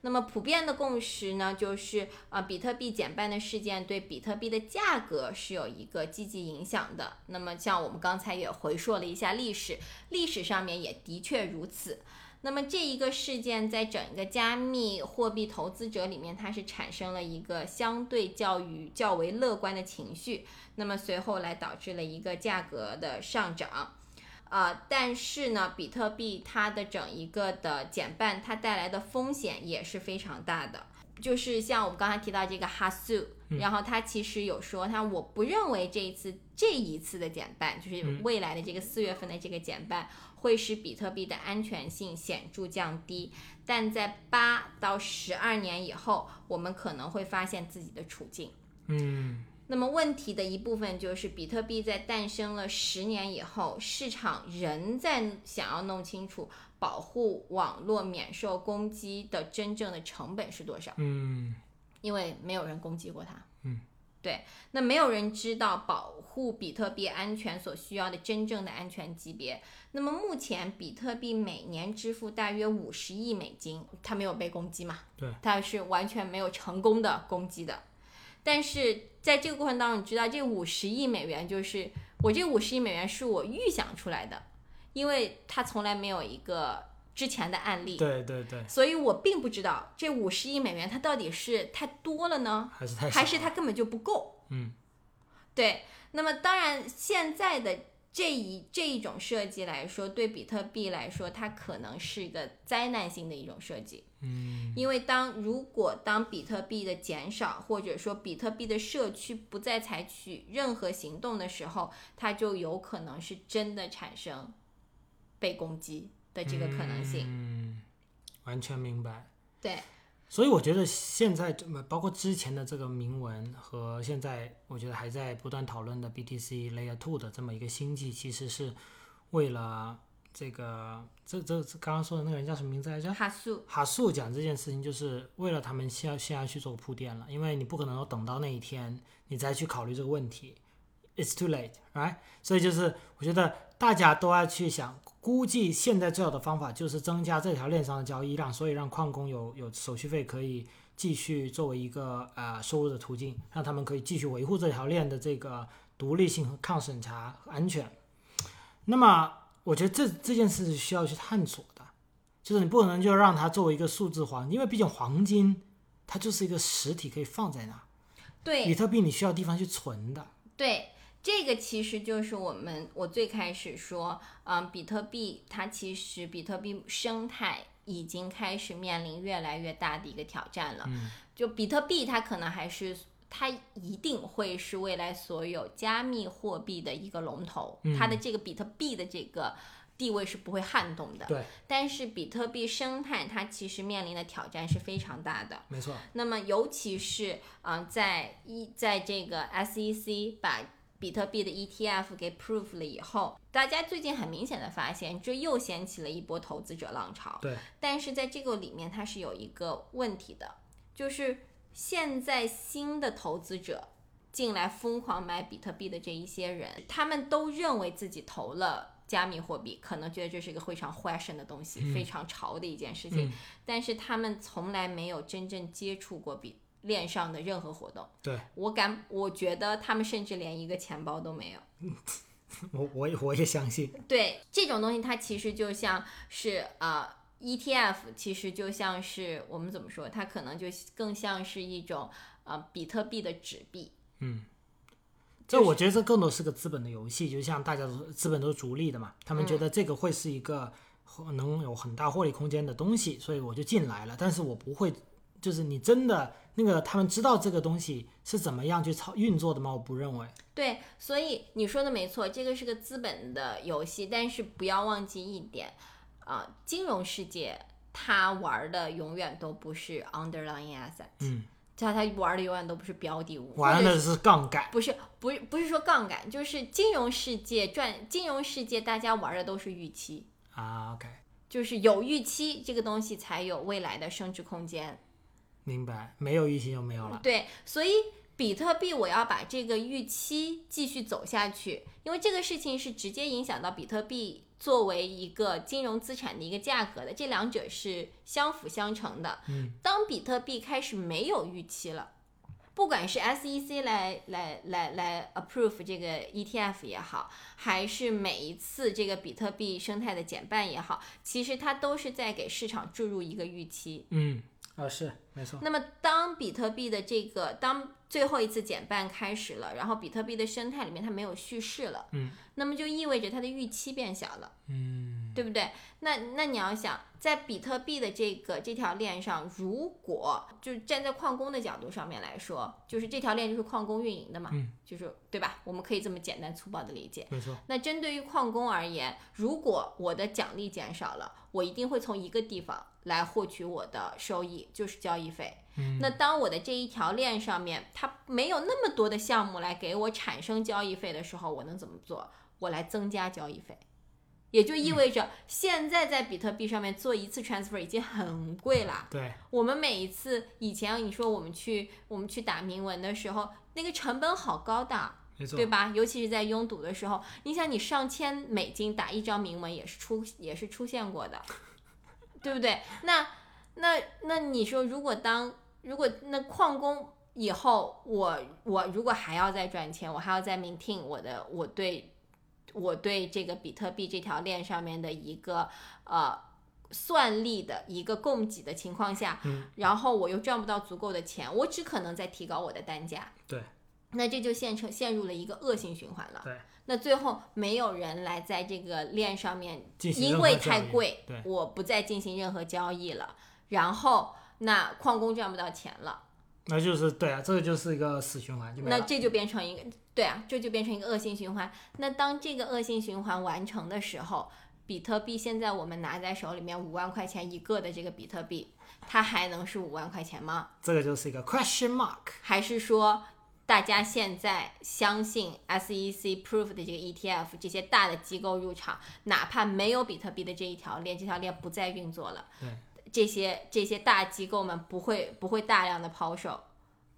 Speaker 1: 那么普遍的共识呢，就是呃，比特币减半的事件对比特币的价格是有一个积极影响的。那么像我们刚才也回溯了一下历史，历史上面也的确如此。那么这一个事件在整个加密货币投资者里面，它是产生了一个相对较于较为乐观的情绪，那么随后来导致了一个价格的上涨。呃，但是呢，比特币它的整一个的减半，它带来的风险也是非常大的。就是像我们刚才提到这个哈苏，然后他其实有说他，我不认为这一次这一次的减半，就是
Speaker 2: 嗯
Speaker 1: 未来的这个四月份的这个减半，会使比特币的安全性显著降低。但在八到十二年以后，我们可能会发现自己的处境。
Speaker 2: 嗯，
Speaker 1: 那么问题的一部分就是，比特币在诞生了十年以后，市场仍在想要弄清楚保护网络免受攻击的真正的成本是多少，
Speaker 2: 嗯，
Speaker 1: 因为没有人攻击过它。
Speaker 2: 嗯，
Speaker 1: 对，那没有人知道保护比特币安全所需要的真正的安全级别。那么目前，比特币每年支付大约五十亿美金，它没有被攻击嘛？
Speaker 2: 对，
Speaker 1: 它是完全没有成功的攻击的。但是在这个过程当中，你知道这五十亿美元就是我这五十亿美元是我预想出来的，因为它从来没有一个之前的案例，
Speaker 2: 对对对，
Speaker 1: 所以我并不知道这五十亿美元它到底是太多了呢，
Speaker 2: 还是太少
Speaker 1: 还是它根本就不够。
Speaker 2: 嗯，
Speaker 1: 对。那么当然，现在的这一这一种设计来说，对比特币来说，它可能是一个灾难性的一种设计。
Speaker 2: 嗯
Speaker 1: 因为当如果当比特币的减少，或者说比特币的社区不再采取任何行动的时候，它就有可能是真的产生被攻击的这个可能性。
Speaker 2: 嗯，完全明白。
Speaker 1: 对，
Speaker 2: 所以我觉得现在这么包括之前的这个铭文和现在我觉得还在不断讨论的 BTC Layer Two 的这么一个星际，其实是为了这个这这这刚刚说的那个人叫什么名字来着？
Speaker 1: 哈苏，
Speaker 2: 哈素讲这件事情，就是为了他们先要先要去做铺垫了，因为你不可能说等到那一天你再去考虑这个问题，it's too late，right？所以就是我觉得大家都要去想，估计现在最好的方法就是增加这条链上的交易量，所以让矿工有有手续费可以继续作为一个呃收入的途径，让他们可以继续维护这条链的这个独立性和抗审查和安全。那么我觉得这这件事是需要去探索的。就是你不能就让它作为一个数字黄金，因为毕竟黄金它就是一个实体，可以放在那儿。
Speaker 1: 对，
Speaker 2: 比特币你需要地方去存的，
Speaker 1: 对，这个其实就是我们我最开始说，嗯，比特币它其实比特币生态已经开始面临越来越大的一个挑战了。就比特币它可能还是。它一定会是未来所有加密货币的一个龙头，它的这个比特币的这个地位是不会撼动的。
Speaker 2: 对，
Speaker 1: 但是比特币生态它其实面临的挑战是非常大的。
Speaker 2: 没错，
Speaker 1: 那么尤其是啊、呃在一在这个 SEC 把比特币的 ETF 给 proof 了以后，大家最近很明显的发现，这又掀起了一波投资者浪潮。
Speaker 2: 对，
Speaker 1: 但是在这个里面，它是有一个问题的，就是现在新的投资者进来疯狂买比特币的这一些人，他们都认为自己投了加密货币，可能觉得这是一个非常 fashion 的东西，非常潮的一件事情，
Speaker 2: 嗯
Speaker 1: 但是他们从来没有真正接触过比链上的任何活动。
Speaker 2: 对
Speaker 1: 我敢，我觉得他们甚至连一个钱包都没有。
Speaker 2: 我我也我也相信，
Speaker 1: 对这种东西，它其实就像是呃 ETF，其实就像是我们怎么说，它可能就更像是一种呃比特币的纸币。
Speaker 2: 嗯，
Speaker 1: 就
Speaker 2: 这
Speaker 1: 是
Speaker 2: 我觉得这更多是个资本的游戏，就像大家都资本都是逐利的嘛，他们觉得
Speaker 1: 嗯
Speaker 2: 这个会是一个能有很大获利空间的东西，所以我就进来了，但是我不会就是你真的那个他们知道这个东西是怎么样去操运作的吗？我不认为。
Speaker 1: 对，所以你说的没错，这个是个资本的游戏，但是不要忘记一点啊、金融世界它玩的永远都不是 underlying asset，
Speaker 2: 嗯，
Speaker 1: 它它玩的永远都不是标的物，
Speaker 2: 玩
Speaker 1: 或者
Speaker 2: 的是杠杆，
Speaker 1: 不是不是不是说杠杆，就是金融世界赚金融世界大家玩的都是预期，
Speaker 2: 啊，OK，
Speaker 1: 就是有预期这个东西才有未来的升值空间。
Speaker 2: 明白，没有预期就没有了。
Speaker 1: 对，所以比特币我要把这个预期继续走下去，因为这个事情是直接影响到比特币作为一个金融资产的一个价格的，这两者是相辅相成的。
Speaker 2: 嗯，
Speaker 1: 当比特币开始没有预期了。不管是 SEC 来来来来 approve 这个 ETF 也好，还是每一次这个比特币生态的减半也好，其实它都是在给市场注入一个预期。
Speaker 2: 嗯，啊，是没错。
Speaker 1: 那么，当比特币的这个当最后一次减半开始了，然后比特币的生态里面它没有叙事了，
Speaker 2: 嗯，
Speaker 1: 那么就意味着它的预期变小了，
Speaker 2: 嗯，
Speaker 1: 对不对？那那你要想，在比特币的这个这条链上，如果就是站在矿工的角度上面来说，就是这条链就是矿工运营的嘛，
Speaker 2: 嗯
Speaker 1: 就是对吧？我们可以这么简单粗暴的理解。
Speaker 2: 没错。
Speaker 1: 那针对于矿工而言，如果我的奖励减少了，我一定会从一个地方来获取我的收益，就是交易费。
Speaker 2: 嗯
Speaker 1: 那当我的这一条链上面它没有那么多的项目来给我产生交易费的时候，我能怎么做？我来增加交易费，也就意味着现在在比特币上面做一次 transfer 已经很贵了。
Speaker 2: 对，
Speaker 1: 我们每一次以前你说我们去我们去打铭文的时候，那个成本好高的。
Speaker 2: 没错
Speaker 1: 对。吧？尤其是在拥堵的时候，你想你上千美金打一张铭文也是出也是出现过的，对不对？那那那你说，如果当如果那矿工以后我我如果还要再赚钱，我还要再 maintain 我的我对我对这个比特币这条链上面的一个呃。算力的一个供给的情况下，
Speaker 2: 嗯
Speaker 1: 然后我又赚不到足够的钱，我只可能再提高我的单价，
Speaker 2: 对，
Speaker 1: 那这就陷成陷入了一个恶性循环了。
Speaker 2: 对，
Speaker 1: 那最后没有人来在这个链上面，
Speaker 2: 进行
Speaker 1: 因
Speaker 2: 任何
Speaker 1: 为
Speaker 2: 交
Speaker 1: 太
Speaker 2: 易
Speaker 1: 贵
Speaker 2: 对，
Speaker 1: 我不再进行任何交易了。然后那矿工赚不到钱了，
Speaker 2: 那就是对啊，这个就是一个死循环，就没
Speaker 1: 那
Speaker 2: 了。
Speaker 1: 这就变成一个对啊，这就变成一个恶性循环。那当这个恶性循环完成的时候，比特币现在我们拿在手里面五万块钱一个的这个比特币，它还能是五万块钱吗？
Speaker 2: 这个就是一个 question mark。
Speaker 1: 还是说大家现在相信 SEC Proof 的这个 ETF，这些大的机构入场，哪怕没有比特币的这一条链，这条链不再运作了，
Speaker 2: 对
Speaker 1: 这些这些大机构们不会不会大量的抛售，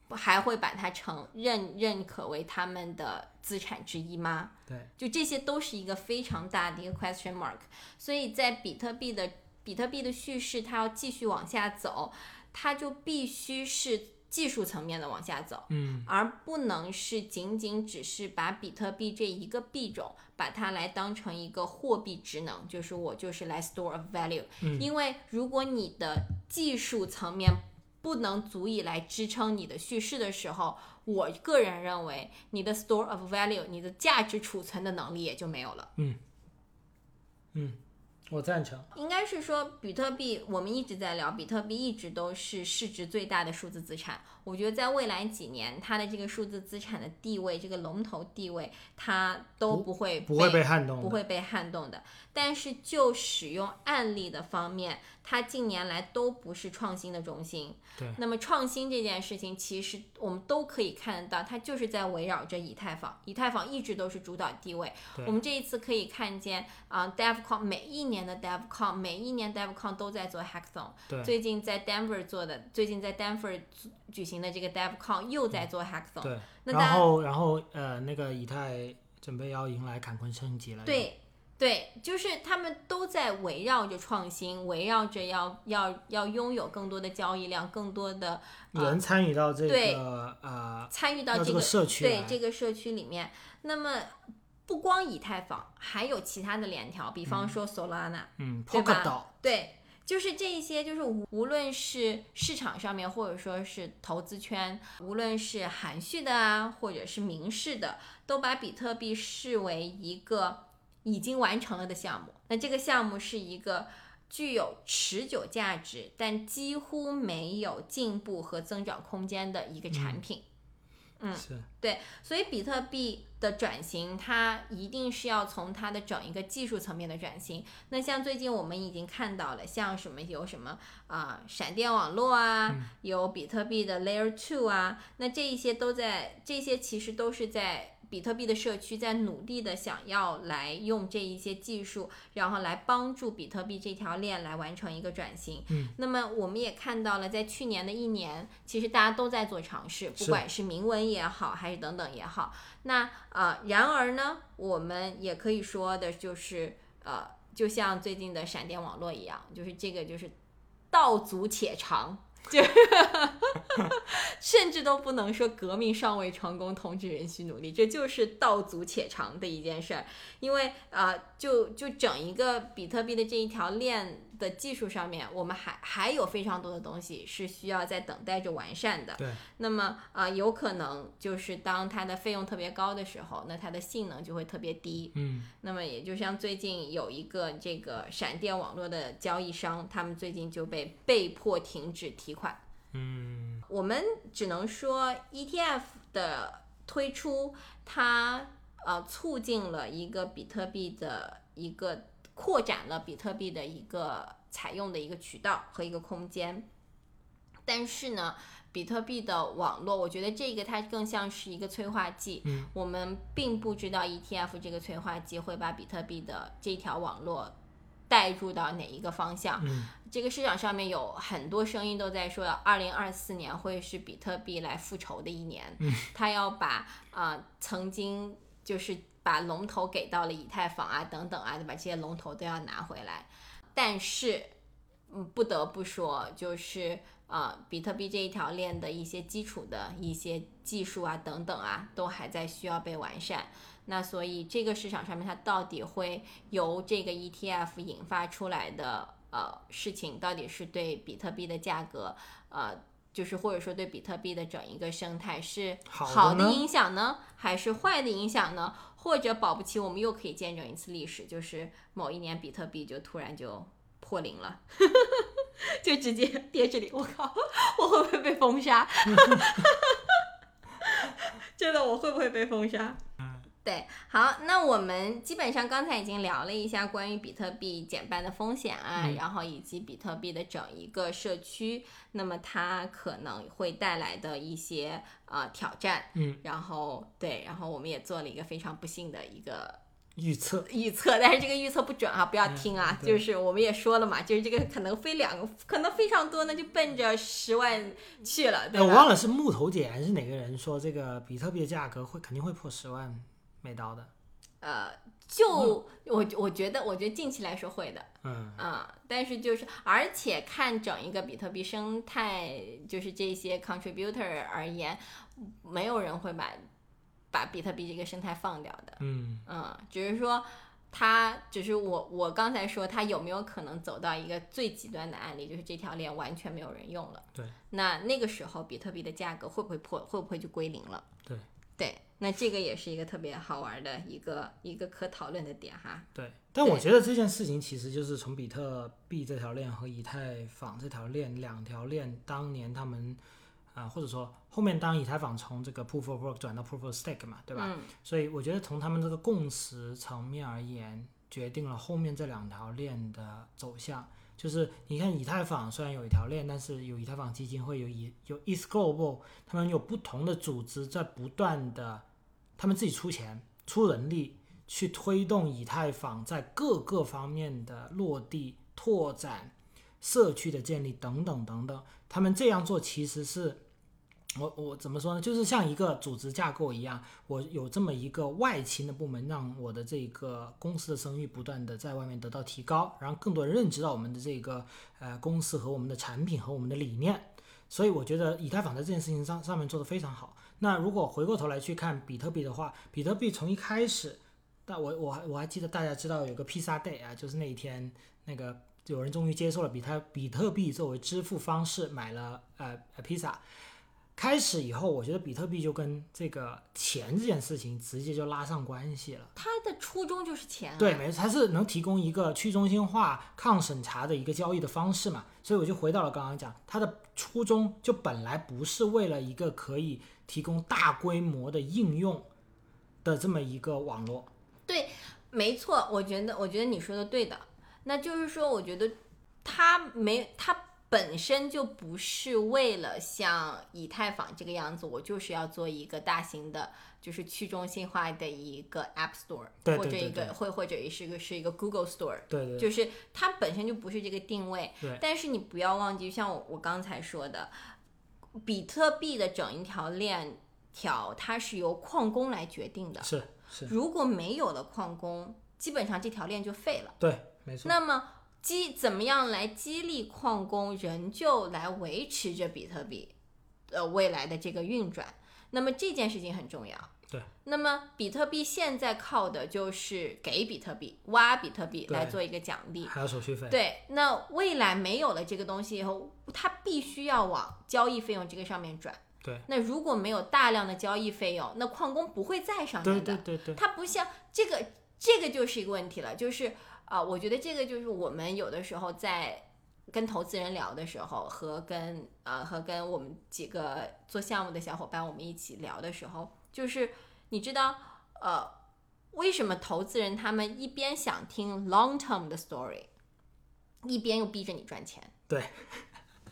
Speaker 1: 不还会把它承认认可为他们的资产之一吗？
Speaker 2: 对，
Speaker 1: 就这些都是一个非常大的一个 question mark。所以在比特币的比特币的叙事，它要继续往下走，它就必须是技术层面的往下走，
Speaker 2: 嗯，
Speaker 1: 而不能是仅仅只是把比特币这一个币种，把它来当成一个货币职能，就是我就是来 store of value，、
Speaker 2: 嗯
Speaker 1: 因为如果你的技术层面不能足以来支撑你的叙事的时候，我个人认为你的 store of value，你的价值储存的能力也就没有了。
Speaker 2: 我赞成。
Speaker 1: 应该是说，比特币我们一直在聊，比特币一直都是市值最大的数字资产。我觉得在未来几年，它的这个数字资产的地位，这个龙头地位，它都不会
Speaker 2: 不会被撼动的，
Speaker 1: 不会被撼动的。但是就使用案例的方面，它近年来都不是创新的中心。
Speaker 2: 对
Speaker 1: 那么创新这件事情，其实我们都可以看得到，它就是在围绕着以太坊，以太坊一直都是主导地位
Speaker 2: 对。
Speaker 1: 我们这一次可以看见啊、d e v c o n 每一年的 DevCon，每一年 DevCon 都在做 Hackathon。
Speaker 2: 对
Speaker 1: 最近在 Denver 做的，最近在 Denver 举行的这个 DevCon 又在做 Hackathon。
Speaker 2: 嗯对，
Speaker 1: 那大
Speaker 2: 然
Speaker 1: 家
Speaker 2: 后然后呃，那个以太准备要迎来坎昆升级了，，
Speaker 1: 对对，就是他们都在围绕着创新，围绕着要要要拥有更多的交易量，更多的
Speaker 2: 人参与到这
Speaker 1: 啊对
Speaker 2: 个呃
Speaker 1: 参与到
Speaker 2: 到
Speaker 1: 这
Speaker 2: 这个社区
Speaker 1: 对
Speaker 2: 来
Speaker 1: 这个社区里面。那么不光以太坊，还有其他的链条，比方说 Solana，、
Speaker 2: 嗯
Speaker 1: 对吧
Speaker 2: Polka d
Speaker 1: 对，就是这一些，就是无无论是市场上面，或者说是投资圈，无论是含蓄的啊，或者是明示的，都把比特币视为一个已经完成了的项目。那这个项目是一个。具有持久价值，但几乎没有进步和增长空间的一个产品。嗯
Speaker 2: 是
Speaker 1: 所以，比特币的转型，它一定是要从它的整一个技术层面的转型。那像最近我们已经看到了，像什么有什么啊、闪电网络啊，有比特币的 Layer Two 啊，那这一些都在，这些其实都是在比特币的社区在努力的想要来用这一些技术，然后来帮助比特币这条链来完成一个转型。
Speaker 2: 嗯，
Speaker 1: 那么我们也看到了，在去年的一年，其实大家都在做尝试，不
Speaker 2: 是
Speaker 1: 管是明文也好，还是等等也好。那呃，然而呢，我们也可以说的就是，呃，就像最近的闪电网络一样，就是这个就是道阻且长，就是 *laughs* 甚至都不能说革命尚未成功，同志仍需努力，这就是道阻且长的一件事儿。因为呃，就就整一个比特币的这一条链的技术上面，我们还还有非常多的东西是需要在等待着完善的。
Speaker 2: 对，
Speaker 1: 那么呃，有可能就是当它的费用特别高的时候，那它的性能就会特别低。
Speaker 2: 嗯
Speaker 1: 那么也就像最近有一个这个闪电网络的交易商，他们最近就被被迫停止提款。
Speaker 2: 嗯
Speaker 1: 我们只能说 ETF 的推出，它呃促进了一个比特币的一个扩展了比特币的一个采用的一个渠道和一个空间，但是呢。比特币的网络，我觉得这个它更像是一个催化剂。
Speaker 2: 嗯，
Speaker 1: 我们并不知道 ETF 这个催化剂会把比特币的这条网络带入到哪一个方向。
Speaker 2: 嗯
Speaker 1: 这个市场上面有很多声音都在说，二零二四年会是比特币来复仇的一年，他要把啊、呃曾经就是把龙头给到了以太坊啊等等啊，把这些龙头都要拿回来。但是，嗯，不得不说，就是呃，比特币这一条链的一些基础的一些技术啊等等啊，都还在需要被完善。那所以这个市场上面，它到底会由这个 ETF 引发出来的呃事情，到底是对比特币的价格，呃，就是或者说对比特币的整一个生态是
Speaker 2: 好的
Speaker 1: 好的
Speaker 2: 呢
Speaker 1: 影响呢，还是坏的影响呢？或者保不齐我们又可以见证一次历史，就是某一年比特币就突然就破零了。 *laughs* 就直接跌这里，我靠，我会不会被封杀？ *laughs* 真的，我会不会被封杀？对，好，那我们基本上刚才已经聊了一下关于比特币减半的风险啊，
Speaker 2: 嗯
Speaker 1: 然后以及比特币的整一个社区，那么它可能会带来的一些呃挑战，
Speaker 2: 嗯，
Speaker 1: 然后对，然后我们也做了一个非常不幸的一个
Speaker 2: 预测
Speaker 1: 预测，但是这个预测不准啊，不要听啊。
Speaker 2: 嗯对
Speaker 1: 就是我们也说了嘛，就是这个可能非两个，可能非常多呢，就奔着十万去了，对
Speaker 2: 哎，我
Speaker 1: 吧？
Speaker 2: 忘了是木头姐还是哪个人说这个比特币的价格会肯定会破十万美刀的。
Speaker 1: 呃，就我我觉得，我觉得近期来说会的，
Speaker 2: 嗯，
Speaker 1: 啊、但是就是，而且看整一个比特币生态，就是这些 contributor 而言，没有人会把把比特币这个生态放掉的。
Speaker 2: 嗯，
Speaker 1: 嗯，只是说他，只是我我刚才说他有没有可能走到一个最极端的案例，就是这条链完全没有人用了。
Speaker 2: 对，
Speaker 1: 那那个时候比特币的价格会不会破，会不会就归零了？
Speaker 2: 对，
Speaker 1: 对，那这个也是一个特别好玩的一个一个可讨论的点哈。
Speaker 2: 对。但我
Speaker 1: 对
Speaker 2: 觉得这件事情其实就是从比特币这条链和以太坊这条链两条链当年他们啊、或者说后面当以太坊从这个 proof of work 转到 proof of stake 嘛，对吧？
Speaker 1: 嗯，
Speaker 2: 所以我觉得从他们这个共识层面而言，决定了后面这两条链的走向。就是你看以太坊虽然有一条链，但是有以太坊基金会，有以有 e s Global，他们有不同的组织在不断的，他们自己出钱出人力去推动以太坊在各个方面的落地拓展、社区的建立等等等等。他们这样做其实是。我我怎么说呢？就是像一个组织架构一样，我有这么一个外勤的部门，让我的这个公司的声誉不断的在外面得到提高，然后更多人认知到我们的这个呃公司和我们的产品和我们的理念。所以我觉得以太坊在这件事情上上面做得非常好。那如果回过头来去看比特币的话，比特币从一开始，但我我还我还记得大家知道有个披萨 day 啊，就是那一天那个有呃人终于接受了比特比特币作为支付方式买了呃披萨。开始以后，我觉得比特币就跟这个钱这件事情直接就拉上关系了。
Speaker 1: 它的初衷就是钱、啊。
Speaker 2: 对，没错，它是能提供一个去中心化、抗审查的一个交易的方式嘛。所以我就回到了刚刚讲，它的初衷就本来不是为了一个可以提供大规模的应用的这么一个网络。
Speaker 1: 对，没错，我觉得，我觉得你说的对的。那就是说，我觉得它没它。本身就不是为了像以太坊这个样子，我就是要做一个大型的，就是去中心化的一个 App Store，
Speaker 2: 对
Speaker 1: 或者
Speaker 2: 对
Speaker 1: 一
Speaker 2: 对
Speaker 1: 个
Speaker 2: 对
Speaker 1: 或或者是一个是一个 Google Store，
Speaker 2: 对对对
Speaker 1: 就是它本身就不是这个定位。
Speaker 2: 对
Speaker 1: 但是你不要忘记，像我我刚才说的，比特币的整一条链条，它是由矿工来决定的。
Speaker 2: 是是，
Speaker 1: 如果没有了矿工，基本上这条链就废了。
Speaker 2: 对，没错。
Speaker 1: 那么激怎么样来激励矿工仍旧来维持着比特币呃未来的这个运转？那么这件事情很重要。
Speaker 2: 对。
Speaker 1: 那么比特币现在靠的就是给比特币、挖比特币
Speaker 2: 对
Speaker 1: 来做一个奖励。
Speaker 2: 还有手续费。
Speaker 1: 对，那未来没有了这个东西以后，它必须要往交易费用这个上面转。
Speaker 2: 对
Speaker 1: 那如果没有大量的交易费用，那矿工不会再上
Speaker 2: 对
Speaker 1: 面的。
Speaker 2: 对对对
Speaker 1: 它不像这个，这个就是一个问题了，就是啊、我觉得这个就是我们有的时候在跟投资人聊的时候，和跟呃和跟我们几个做项目的小伙伴我们一起聊的时候，就是你知道呃为什么投资人他们一边想听 long term 的 story，一边又逼着你赚钱，
Speaker 2: 对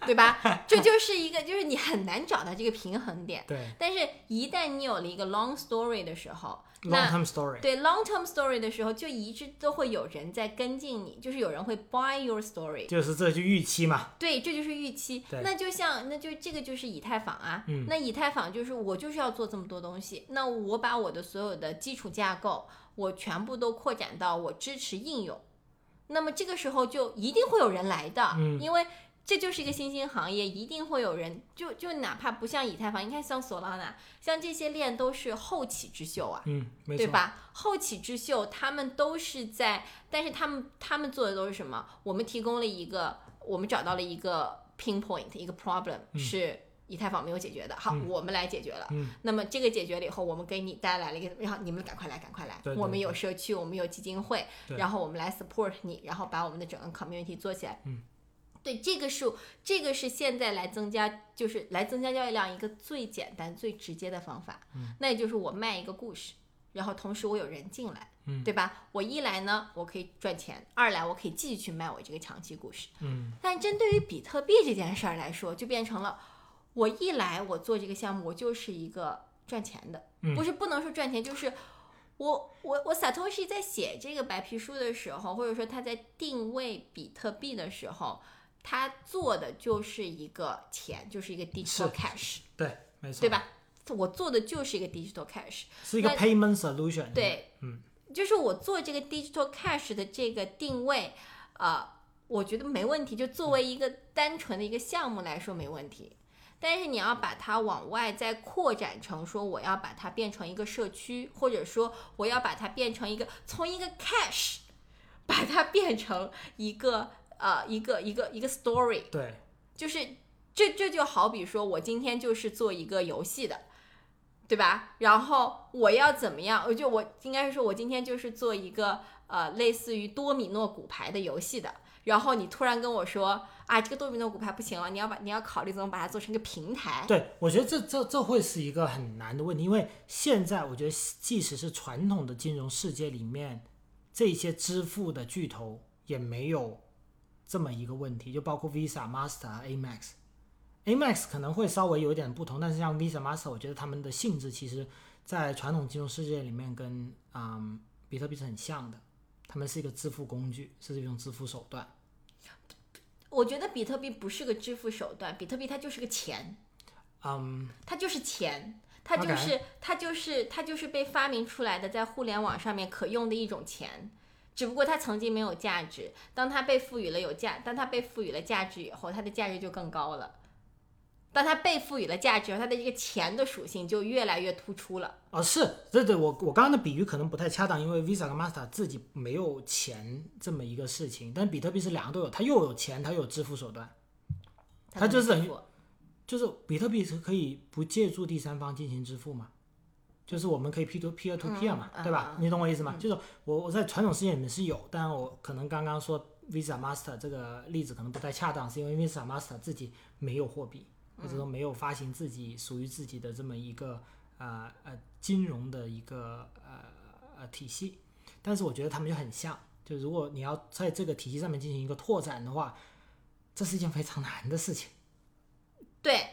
Speaker 1: 对吧？这就是一个就是你很难找到这个平衡点。
Speaker 2: 对
Speaker 1: 但是，一旦你有了一个 long story 的时候，
Speaker 2: ，long
Speaker 1: 那
Speaker 2: term story。
Speaker 1: 对 long term story 的时候，就一直都会有人在跟进你，就是有人会 buy your story。
Speaker 2: 就是这就预期嘛，
Speaker 1: 对，这就是预期。
Speaker 2: 对
Speaker 1: 那就像，那就这个就是以太坊啊。
Speaker 2: 嗯
Speaker 1: 那以太坊就是我就是要做这么多东西，那我把我的所有的基础架构，我全部都扩展到我支持应用。那么这个时候就一定会有人来的，
Speaker 2: 嗯
Speaker 1: 因为这就是一个新兴行业，一定会有人。就就哪怕不像以太坊，你看像索拉纳，像这些链都是后起之秀啊。
Speaker 2: 嗯，没
Speaker 1: 对
Speaker 2: 错，
Speaker 1: 吧？后起之秀，他们都是在，但是他们他们做的都是什么？我们提供了一个，我们找到了一个 pinpoint，一个 problem、
Speaker 2: 嗯
Speaker 1: 是以太坊没有解决的，好，
Speaker 2: 嗯
Speaker 1: 我们来解决了。
Speaker 2: 嗯
Speaker 1: 那么这个解决了以后，我们给你带来了一个，然后你们赶快来，赶快来，
Speaker 2: 对对
Speaker 1: 我们有社区，我们有基金会，
Speaker 2: 对
Speaker 1: 然后我们来 support 你，然后把我们的整个 community 做起来。
Speaker 2: 嗯。
Speaker 1: 对，这个是这个是现在来增加，就是来增加交易量一个最简单、最直接的方法。
Speaker 2: 嗯，
Speaker 1: 那也就是我卖一个故事，然后同时我有人进来，
Speaker 2: 嗯
Speaker 1: 对吧？我一来呢，我可以赚钱；二来我可以继续去卖我这个长期故事。
Speaker 2: 嗯，
Speaker 1: 但针对于比特币这件事儿来说，就变成了我一来我做这个项目，我就是一个赚钱的，
Speaker 2: 嗯
Speaker 1: 不是不能说赚钱，就是我我我 Satoshi 在写这个白皮书的时候，或者说他在定位比特币的时候，他做的就是一个钱，就是一个 digital
Speaker 2: 是
Speaker 1: cash，
Speaker 2: 对，没错，
Speaker 1: 对？吧？我做的就是一个 digital cash，
Speaker 2: 是一个
Speaker 1: 那
Speaker 2: payment solution，，
Speaker 1: 对，
Speaker 2: 嗯，
Speaker 1: 就是我做这个 digital cash 的这个定位，呃，我觉得没问题，就作为一个单纯的一个项目来说没问题。但是你要把它往外再扩展成说，我要把它变成一个社区，或者说我要把它变成一个从一个 cash，把它变成一个呃一个一个一个 story，
Speaker 2: 对，
Speaker 1: 就是这这就好比说我今天就是做一个游戏的，对吧？然后我要怎么样？我就我应该是说我今天就是做一个呃类似于多米诺骨牌的游戏的。然后你突然跟我说啊，这个多米诺骨牌不行了，你要把你要考虑怎么把它做成一个平台。
Speaker 2: 对，我觉得这这这会是一个很难的问题，因为现在我觉得即使是传统的金融世界里面，这些支付的巨头也没有这么一个问题，就包括 Visa、Master、Amex。Amex 可能会稍微有点不同，但是像 Visa、Master，我觉得他们的性质其实，在传统金融世界里面跟嗯比特币是很像的，他们是一个支付工具，是一种支付手段。
Speaker 1: 我觉得比特币不是个支付手段，比特币它就是个钱，
Speaker 2: 嗯，
Speaker 1: 它就是钱，它就是
Speaker 2: OK
Speaker 1: 它就是它就是被发明出来的，在互联网上面可用的一种钱。只不过它曾经没有价值，当它被赋予了有价，当它被赋予了价值以后，它的价值就更高了。当它被赋予了价值以后，它的这个钱的属性就越来越突出了。
Speaker 2: 哦，是对对，我我刚刚的比喻可能不太恰当，因为 Visa 跟 Master 自己没有钱这么一个事情，但比特币是两个都有，它又有钱，它又有支付手段，它就是
Speaker 1: 很
Speaker 2: 等于就是比特币是可以不借助第三方进行支付嘛，就是我们可以 P to peer to peer 嘛，
Speaker 1: 嗯
Speaker 2: 对吧？
Speaker 1: 嗯
Speaker 2: 你懂我意思吗？就是我我在传统世界里面是有，但我可能刚刚说 Visa Master 这个例子可能不太恰当，是因为 Visa Master 自己没有货币，或
Speaker 1: 嗯
Speaker 2: 者说没有发行自己属于自己的这么一个呃呃金融的一个呃呃体系，但是我觉得他们就很像，就如果你要在这个体系上面进行一个拓展的话，这是一件非常难的事情。
Speaker 1: 对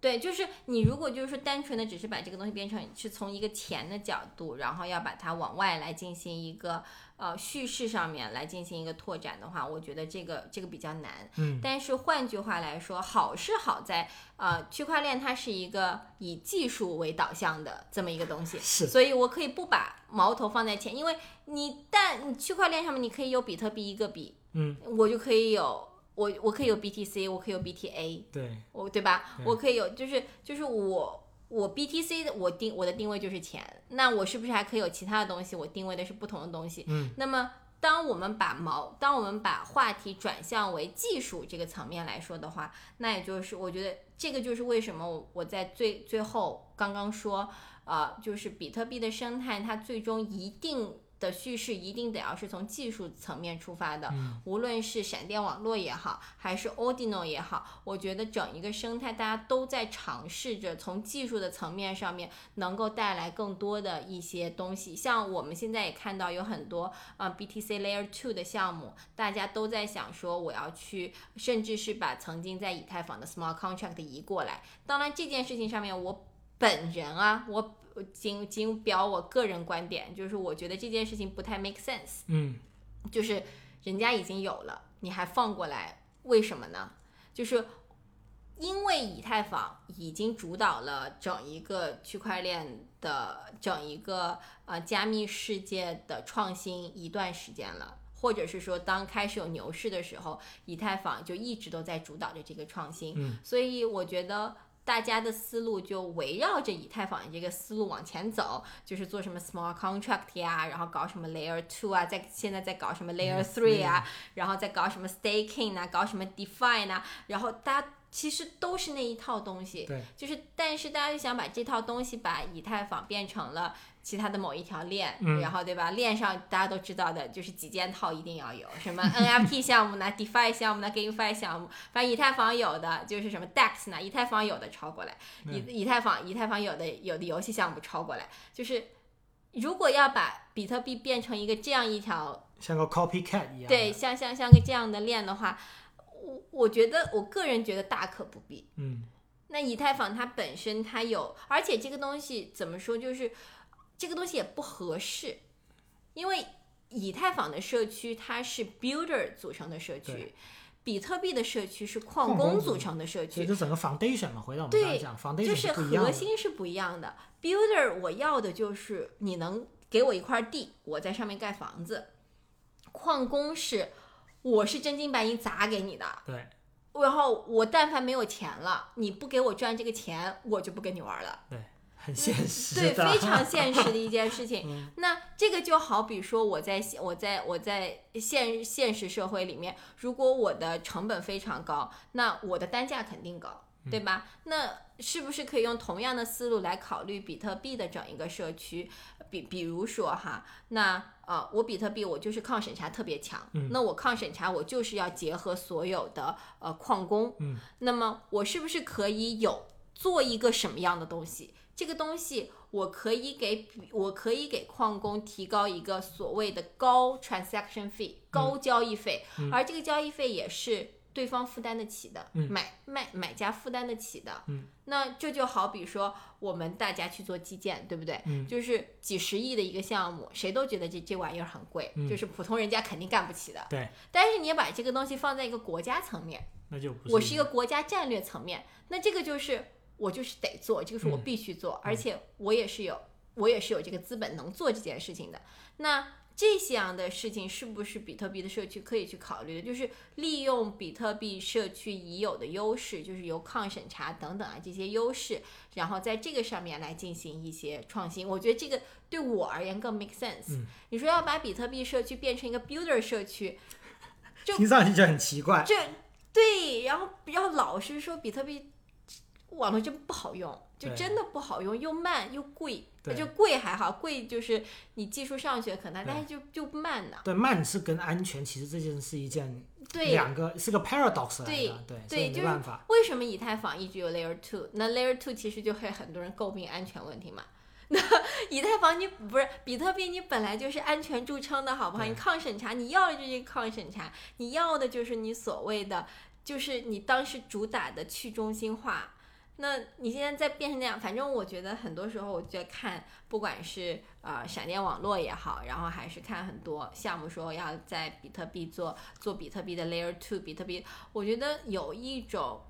Speaker 1: 对，就是你如果就是说单纯的只是把这个东西变成是从一个钱的角度，然后要把它往外来进行一个呃叙事上面来进行一个拓展的话，我觉得这个这个比较难。
Speaker 2: 嗯，
Speaker 1: 但是换句话来说，好是好在呃区块链它是一个以技术为导向的这么一个东西，
Speaker 2: 是
Speaker 1: 所以我可以不把矛头放在钱，因为你但你区块链上面你可以有比特币一个币，
Speaker 2: 嗯，
Speaker 1: 我就可以有我我可以有 BTC，我可以有 BTA，
Speaker 2: 对，
Speaker 1: 我对吧？
Speaker 2: 对
Speaker 1: 我可以有，就是就是我我 BTC 的我定我的定位就是钱，那我是不是还可以有其他的东西？我定位的是不同的东西。
Speaker 2: 嗯，
Speaker 1: 那么当我们把毛，当我们把话题转向为技术这个层面来说的话，那也就是我觉得这个就是为什么我我在最最后刚刚说，呃，就是比特币的生态，它最终一定。的叙事一定得要是从技术层面出发的，无论是闪电网络也好，还是 Odino 也好，我觉得整一个生态大家都在尝试着从技术的层面上面能够带来更多的一些东西。像我们现在也看到有很多呃 BTC Layer Two 的项目，大家都在想说我要去，甚至是把曾经在以太坊的 Smart Contract 移过来。当然这件事情上面，我本人啊，我。仅仅表我个人观点，就是我觉得这件事情不太 make sense。
Speaker 2: 嗯，
Speaker 1: 就是人家已经有了，你还放过来，为什么呢？就是因为以太坊已经主导了整一个区块链的整一个呃加密世界的创新一段时间了。或者是说，当开始有牛市的时候，以太坊就一直都在主导着这个创新。
Speaker 2: 嗯，
Speaker 1: 所以我觉得大家的思路就围绕着以太坊这个思路往前走，就是做什么 small contract 呀，然后搞什么 layer two 啊，在现在在搞什么 layer three 啊，然后再搞什么 staking 啊，搞什么 defi 呢、然后大家其实都是那一套东西，
Speaker 2: 对，
Speaker 1: 就是但是大家就想把这套东西把以太坊变成了其他的某一条链，
Speaker 2: 嗯
Speaker 1: 然后对吧？链上大家都知道的就是几件套一定要有，什
Speaker 2: *laughs*
Speaker 1: 么 NFT 项目呢，defi 项目呢，gamefi 项目，反正以太坊有的就是什么 DEX 呢，以太坊有的抄过来，以以太坊以太坊有的有的游戏项目抄过来，就是如果要把比特币变成一个这样一条
Speaker 2: 像个 copycat 一样。
Speaker 1: 对，，像像像个这样的链的话，我我觉得我个人觉得大可不必。
Speaker 2: 嗯，
Speaker 1: 那以太坊它本身它有，而且这个东西怎么说，就是这个东西也不合适，因为以太坊的社区它是 builder 组成的社区
Speaker 2: 对，
Speaker 1: 比特币的社区是
Speaker 2: 矿
Speaker 1: 矿
Speaker 2: 工
Speaker 1: 工
Speaker 2: 组
Speaker 1: 组成的社
Speaker 2: 所
Speaker 1: 区
Speaker 2: 以，这整个 foundation 嘛，回到我们
Speaker 1: 对
Speaker 2: 刚才讲
Speaker 1: 就
Speaker 2: ，foundation
Speaker 1: 是
Speaker 2: 不一样
Speaker 1: 核
Speaker 2: 的。
Speaker 1: 心是不一样的。Builder 我要的就是你能给我一块地，我在上面盖房子。矿工是我是真金白银砸给你的，
Speaker 2: 对，
Speaker 1: 然后我但凡没有钱了，你不给我赚这个钱，我就不跟你玩了。
Speaker 2: 很现
Speaker 1: 嗯
Speaker 2: 实
Speaker 1: 对，
Speaker 2: 的。 *laughs*
Speaker 1: 非常现实的一件事情。
Speaker 2: 嗯
Speaker 1: *laughs* 那这个就好比说，我在现我在我在现现实社会里面，如果我的成本非常高，那我的单价肯定高，
Speaker 2: 嗯
Speaker 1: 对吧？那是不是可以用同样的思路来考虑比特币的整一个社区？比比如说哈，那呃，我比特币我就是抗审查特别强，
Speaker 2: 嗯
Speaker 1: 那我抗审查我就是要结合所有的呃矿工，
Speaker 2: 嗯，
Speaker 1: 那么我是不是可以有做一个什么样的东西？这个东西我可以给比我可以给矿工提高一个所谓的高 transaction
Speaker 2: 嗯
Speaker 1: fee 高交易费，而这个交易费也是对方负担得起的，
Speaker 2: 嗯
Speaker 1: 买卖买家负担得起的。
Speaker 2: 嗯，
Speaker 1: 那这就好比说我们大家去做基建，对不对？
Speaker 2: 嗯
Speaker 1: 就是几十亿的一个项目，谁都觉得这这玩意儿很贵，
Speaker 2: 嗯
Speaker 1: 就是普通人家肯定干不起的。
Speaker 2: 对，
Speaker 1: 但是你也把这个东西放在一个国家层面，
Speaker 2: 那就不
Speaker 1: 我
Speaker 2: 是
Speaker 1: 是一个国家战略层面，那这个就是我就是得做，这个是
Speaker 2: 嗯
Speaker 1: 我必须做，而且我也是有我也是有这个资本能做这件事情的。那这些样的事情是不是比特币的社区可以去考虑的？就是利用比特币社区已有的优势，就是由抗审查等等啊这些优势，然后在这个上面来进行一些创新。我觉得这个对我而言更 make sense。
Speaker 2: 嗯
Speaker 1: 你说要把比特币社区变成一个 builder 社区，就
Speaker 2: 听上去就很奇怪。
Speaker 1: 这对，然后比较老实说，比特币网络真不好用，就
Speaker 2: 对
Speaker 1: 真的不好用，又慢又贵。呃
Speaker 2: 对
Speaker 1: 就贵还好，贵就是你技术上去了可能，
Speaker 2: 对
Speaker 1: 但是就就慢呐、
Speaker 2: 对，慢是跟安全其实这件是一件
Speaker 1: 对，
Speaker 2: 两个是个 paradox 来
Speaker 1: 对
Speaker 2: 的，对，所
Speaker 1: 对
Speaker 2: 以
Speaker 1: 就
Speaker 2: 没
Speaker 1: 是
Speaker 2: 办法。
Speaker 1: 为什么以太坊一直有 Layer Two？那 Layer Two 其实就会很多人诟病安全问题嘛。 *laughs* 那以太坊你不是比特币，你本来就是安全著称的好不好？
Speaker 2: 对
Speaker 1: 你抗审查，你要的就是抗审查，你要的就是你所谓的，就是你当时主打的去中心化。那你现在再变成那样，反正我觉得很多时候我在看，不管是呃闪电网络也好，然后还是看很多项目说要在比特币做做比特币的 Layer Two，比特币，我觉得有一种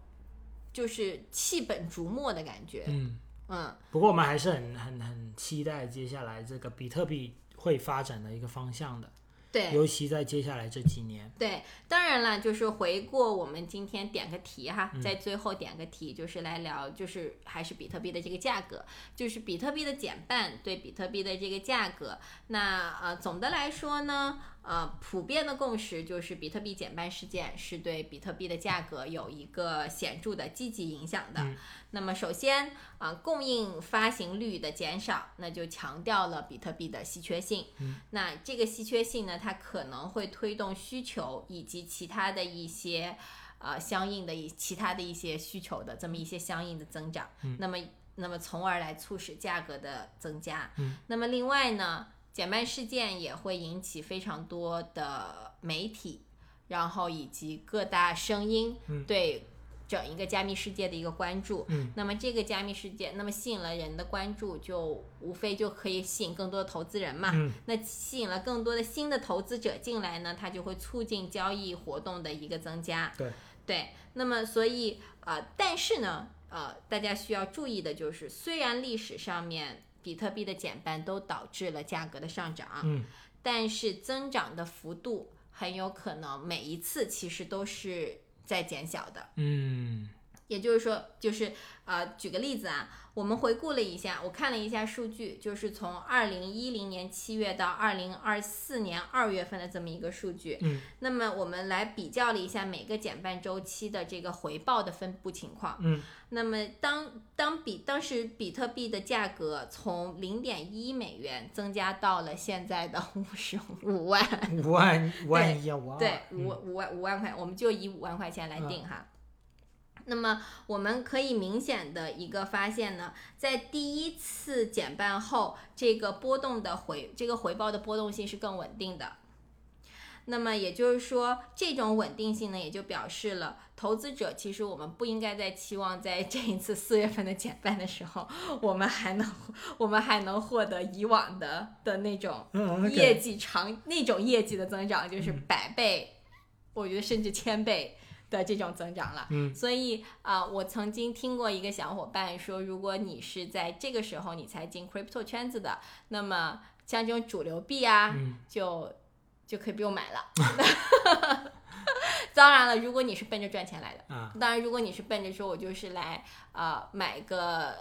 Speaker 1: 就是弃本逐末的感觉。
Speaker 2: 嗯，
Speaker 1: 嗯，
Speaker 2: 不过我们还是很很很期待接下来这个比特币会发展的一个方向的，
Speaker 1: 对
Speaker 2: 尤其在接下来这几年。
Speaker 1: 对，当然了，就是回过我们今天点个题哈，在最后点个题，就是来聊，就是还是比特币的这个价格，就是比特币的减半对比特币的这个价格。那呃，总的来说呢，呃，普遍的共识就是比特币减半事件是对比特币的价格有一个显著的积极影响的。那么首先啊、供应发行率的减少，那就强调了比特币的稀缺性。
Speaker 2: 嗯
Speaker 1: 那这个稀缺性呢，它可能会推动需求以及其他的一些呃相应的一其他的一些需求的这么一些相应的增长，
Speaker 2: 嗯
Speaker 1: 那么那么从而来促使价格的增加。
Speaker 2: 嗯
Speaker 1: 那么另外呢，减半事件也会引起非常多的媒体，然后以及各大声音
Speaker 2: 嗯
Speaker 1: 对整一个加密世界的一个关注。
Speaker 2: 嗯
Speaker 1: 那么这个加密世界，那么吸引了人的关注，就无非就可以吸引更多的投资人嘛。
Speaker 2: 嗯
Speaker 1: 那吸引了更多的新的投资者进来呢，它就会促进交易活动的一个增加。
Speaker 2: 对
Speaker 1: 对，那么所以呃，但是呢，呃，大家需要注意的就是，虽然历史上面比特币的减半都导致了价格的上涨，
Speaker 2: 嗯，
Speaker 1: 但是增长的幅度很有可能每一次其实都是在减小的。
Speaker 2: 嗯
Speaker 1: 也就是说，就是呃，举个例子啊，我们回顾了一下，我看了一下数据，就是从二零一零年七月到二零二四年二月份的这么一个数据。
Speaker 2: 嗯，
Speaker 1: 那么我们来比较了一下每个减半周期的这个回报的分布情况。
Speaker 2: 嗯，
Speaker 1: *laughs* 那么当当比当时比特币的价格从零点一美元增加到了现在的五十五万。
Speaker 2: 五万五万一啊，五万
Speaker 1: 对，
Speaker 2: 嗯
Speaker 1: 五五万五万块，我们就以五万块钱来定哈。那么我们可以明显的一个发现呢，在第一次减半后，这个波动的回这个回报的波动性是更稳定的。那么也就是说，这种稳定性呢，也就表示了投资者其实我们不应该再期望在这一次四月份的减半的时候，我们还能我们还能获得以往的的那种
Speaker 2: 嗯，OK
Speaker 1: 业绩长那种业绩的增长，就是百倍，我觉得甚至千倍的这种增长了。
Speaker 2: 嗯
Speaker 1: 所以啊、呃我曾经听过一个小伙伴说，如果你是在这个时候你才进 crypto 圈子的，那么像这种主流币啊，
Speaker 2: 嗯
Speaker 1: 就就可以不用买了。 *laughs* 当然了，如果你是奔着赚钱来的。
Speaker 2: 啊，
Speaker 1: 当然，如果你是奔着说我就是来呃买个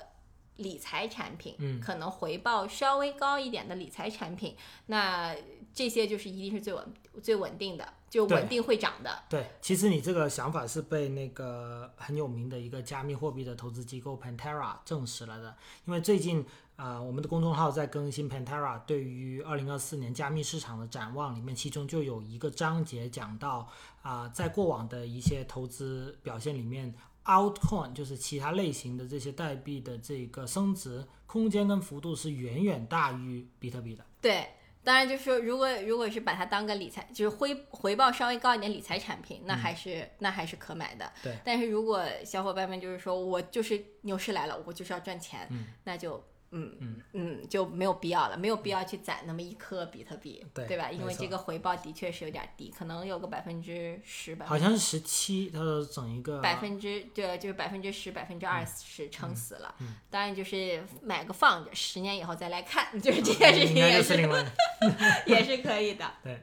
Speaker 1: 理财产品，
Speaker 2: 嗯
Speaker 1: 可能回报稍微高一点的理财产品，那这些就是一定是最稳最稳定的，就
Speaker 2: 对
Speaker 1: 稳定会涨的。
Speaker 2: 对，其实你这个想法是被那个很有名的一个加密货币的投资机构 Pantera 证实了的，因为最近啊、呃我们的公众号在更新 Pantera 对于二零二四年加密市场的展望，里面其中就有一个章节讲到啊、在过往的一些投资表现里面。Altcoin 就是其他类型的这些代币的这个升值空间跟幅度是远远大于比特币的。
Speaker 1: 对，当然就是说，如果如果是把它当个理财，就是回回报稍微高一点理财产品，那还是、那还是可买的。
Speaker 2: 嗯对，
Speaker 1: 但是如果小伙伴们就是说我就是牛市来了，我就是要赚钱，
Speaker 2: 嗯
Speaker 1: 那就。嗯嗯嗯，就没有必要了，没有必要去攒那么一颗比特币，
Speaker 2: 对
Speaker 1: 吧？因
Speaker 2: 没
Speaker 1: 为
Speaker 2: 错
Speaker 1: 这个回报的确是有点低，可能有个百分之十吧，
Speaker 2: 好像是十七，他说整一个
Speaker 1: 百分之对，就是百分之十、百分之
Speaker 2: 嗯
Speaker 1: 二十撑死了。当然就是买个放着，十年以后再来看， *laughs* 就是这件事情
Speaker 2: 嗯应该
Speaker 1: 也
Speaker 2: 就是是另外
Speaker 1: *laughs* 也是可以的。
Speaker 2: 对，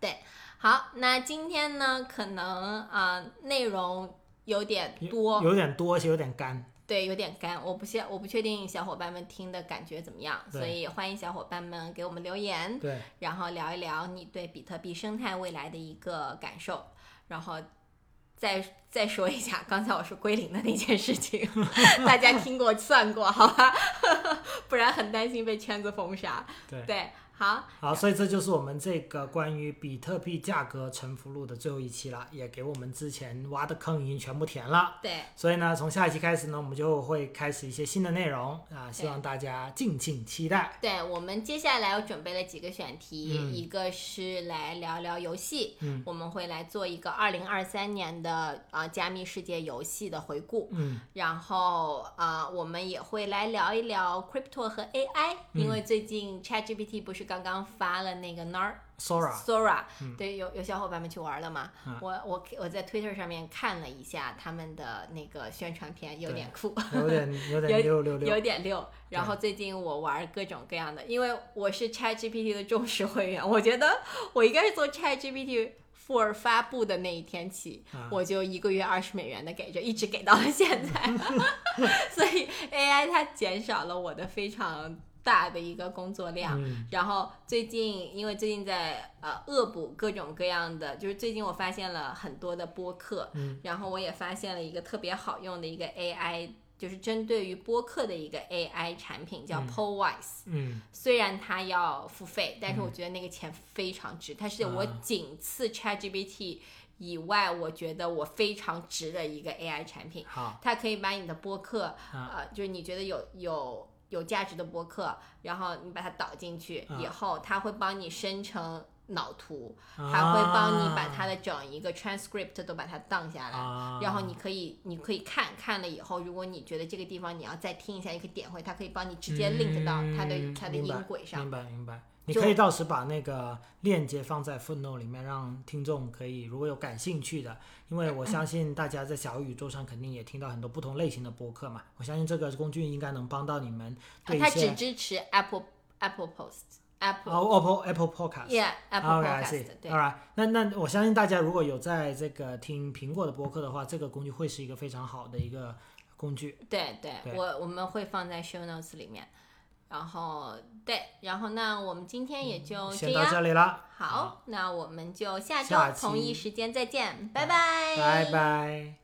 Speaker 1: 对，好，那今天呢，可能啊、呃内容有点多，
Speaker 2: 有点多，而且有点干。
Speaker 1: 对，有点干，我不确我不确定小伙伴们听的感觉怎么样，
Speaker 2: 对
Speaker 1: 所以欢迎小伙伴们给我们留言，
Speaker 2: 对，
Speaker 1: 然后聊一聊你对比特币生态未来的一个感受，然后再再说一下，刚才我说归零的那件事
Speaker 2: *laughs*
Speaker 1: 情，大家听过算过好吧？ *laughs* 不然很担心被圈子封杀。
Speaker 2: 对
Speaker 1: 对，好，
Speaker 2: 好，所以这就是我们这个关于比特币价格沉浮录的最后一期了，也给我们之前挖的坑已经全部填了。
Speaker 1: 对，
Speaker 2: 所以呢，从下一期开始呢，我们就会开始一些新的内容啊，希
Speaker 1: 对
Speaker 2: 望大家敬请期待。
Speaker 1: 对我们接下来我准备了几个选题，
Speaker 2: 嗯
Speaker 1: 一个是来聊聊游戏，
Speaker 2: 嗯
Speaker 1: 我们会来做一个二零二三年的啊、呃加密世界游戏的回顾，
Speaker 2: 嗯，
Speaker 1: 然后啊、呃我们也会来聊一聊 crypto 和 AI，、因
Speaker 2: 嗯
Speaker 1: 为最近 ChatGPT 不是刚刚发了那个 Nar
Speaker 2: Sora，
Speaker 1: Sora，、
Speaker 2: 嗯
Speaker 1: 对，有有小伙伴们去玩了吗？
Speaker 2: 嗯
Speaker 1: 我我我在 Twitter 上面看了一下他们的那个宣传片，有
Speaker 2: 对
Speaker 1: 点酷。*laughs*
Speaker 2: 有点有点六六
Speaker 1: 有
Speaker 2: 六，
Speaker 1: 点溜。然后最近我玩各种各样的，因为我是 ChatGPT 的忠实会员，我 *laughs* 觉得我应该是从 ChatGPT Four 发布的那一天起，
Speaker 2: 啊
Speaker 1: 我就一个月二十美元的给着，一直给到了现在。
Speaker 2: *laughs*
Speaker 1: 所以 AI 它减少了我的非常大的一个工作量。
Speaker 2: 嗯
Speaker 1: 然后最近，因为最近在呃恶补各种各样的，就是最近我发现了很多的播客，
Speaker 2: 嗯，
Speaker 1: 然后我也发现了一个特别好用的一个 AI，就是针对于播客的一个 AI 产品，叫 Polwise、
Speaker 2: 嗯，
Speaker 1: 虽然它要付费，但是我觉得那个钱非常值，它是我仅次 ChatGPT 以外，我觉得我非常值的一个 AI 产品。
Speaker 2: 好，
Speaker 1: 它可以把你的播客，
Speaker 2: 啊
Speaker 1: 呃，就是你觉得有有有价值的播客，然后你把它导进去
Speaker 2: 啊
Speaker 1: 以后，它会帮你生成脑图，
Speaker 2: 啊
Speaker 1: 还会帮你把它的整一个 transcript 都把它荡下来。
Speaker 2: 啊，
Speaker 1: 然后你可以，你可以看看了以后，如果你觉得这个地方你要再听一下，你可以点回，它可以帮你直接 link 到它的、
Speaker 2: 嗯
Speaker 1: 它的
Speaker 2: 明白
Speaker 1: 音轨上。
Speaker 2: 明白明白。你
Speaker 1: 就
Speaker 2: 可以到时把那个链接放在 footnote 里面，让听众可以如果有感兴趣的，因为我相信大家在小宇宙上肯定也听到很多不同类型的播客嘛，我相信这个工具应该能帮到你们
Speaker 1: 啊
Speaker 2: 对一
Speaker 1: 它只
Speaker 2: 些
Speaker 1: 支持 Apple Apple Post Apple、
Speaker 2: 哦 Apple Apple Podcast。
Speaker 1: Yeah Apple
Speaker 2: OK，I see
Speaker 1: Podcast 对
Speaker 2: All right，那那我相信大家如果有在这个听苹果的播客的话，这个工具会是一个非常好的一个工具。
Speaker 1: 对对，
Speaker 2: 对
Speaker 1: 我我们会放在 show notes 里面。然后对，然后那我们今天也就哦这
Speaker 2: 嗯先到这
Speaker 1: 样。
Speaker 2: 里了，
Speaker 1: 好，那我们就下周
Speaker 2: 下期
Speaker 1: 同一时间再见，拜
Speaker 2: 拜拜。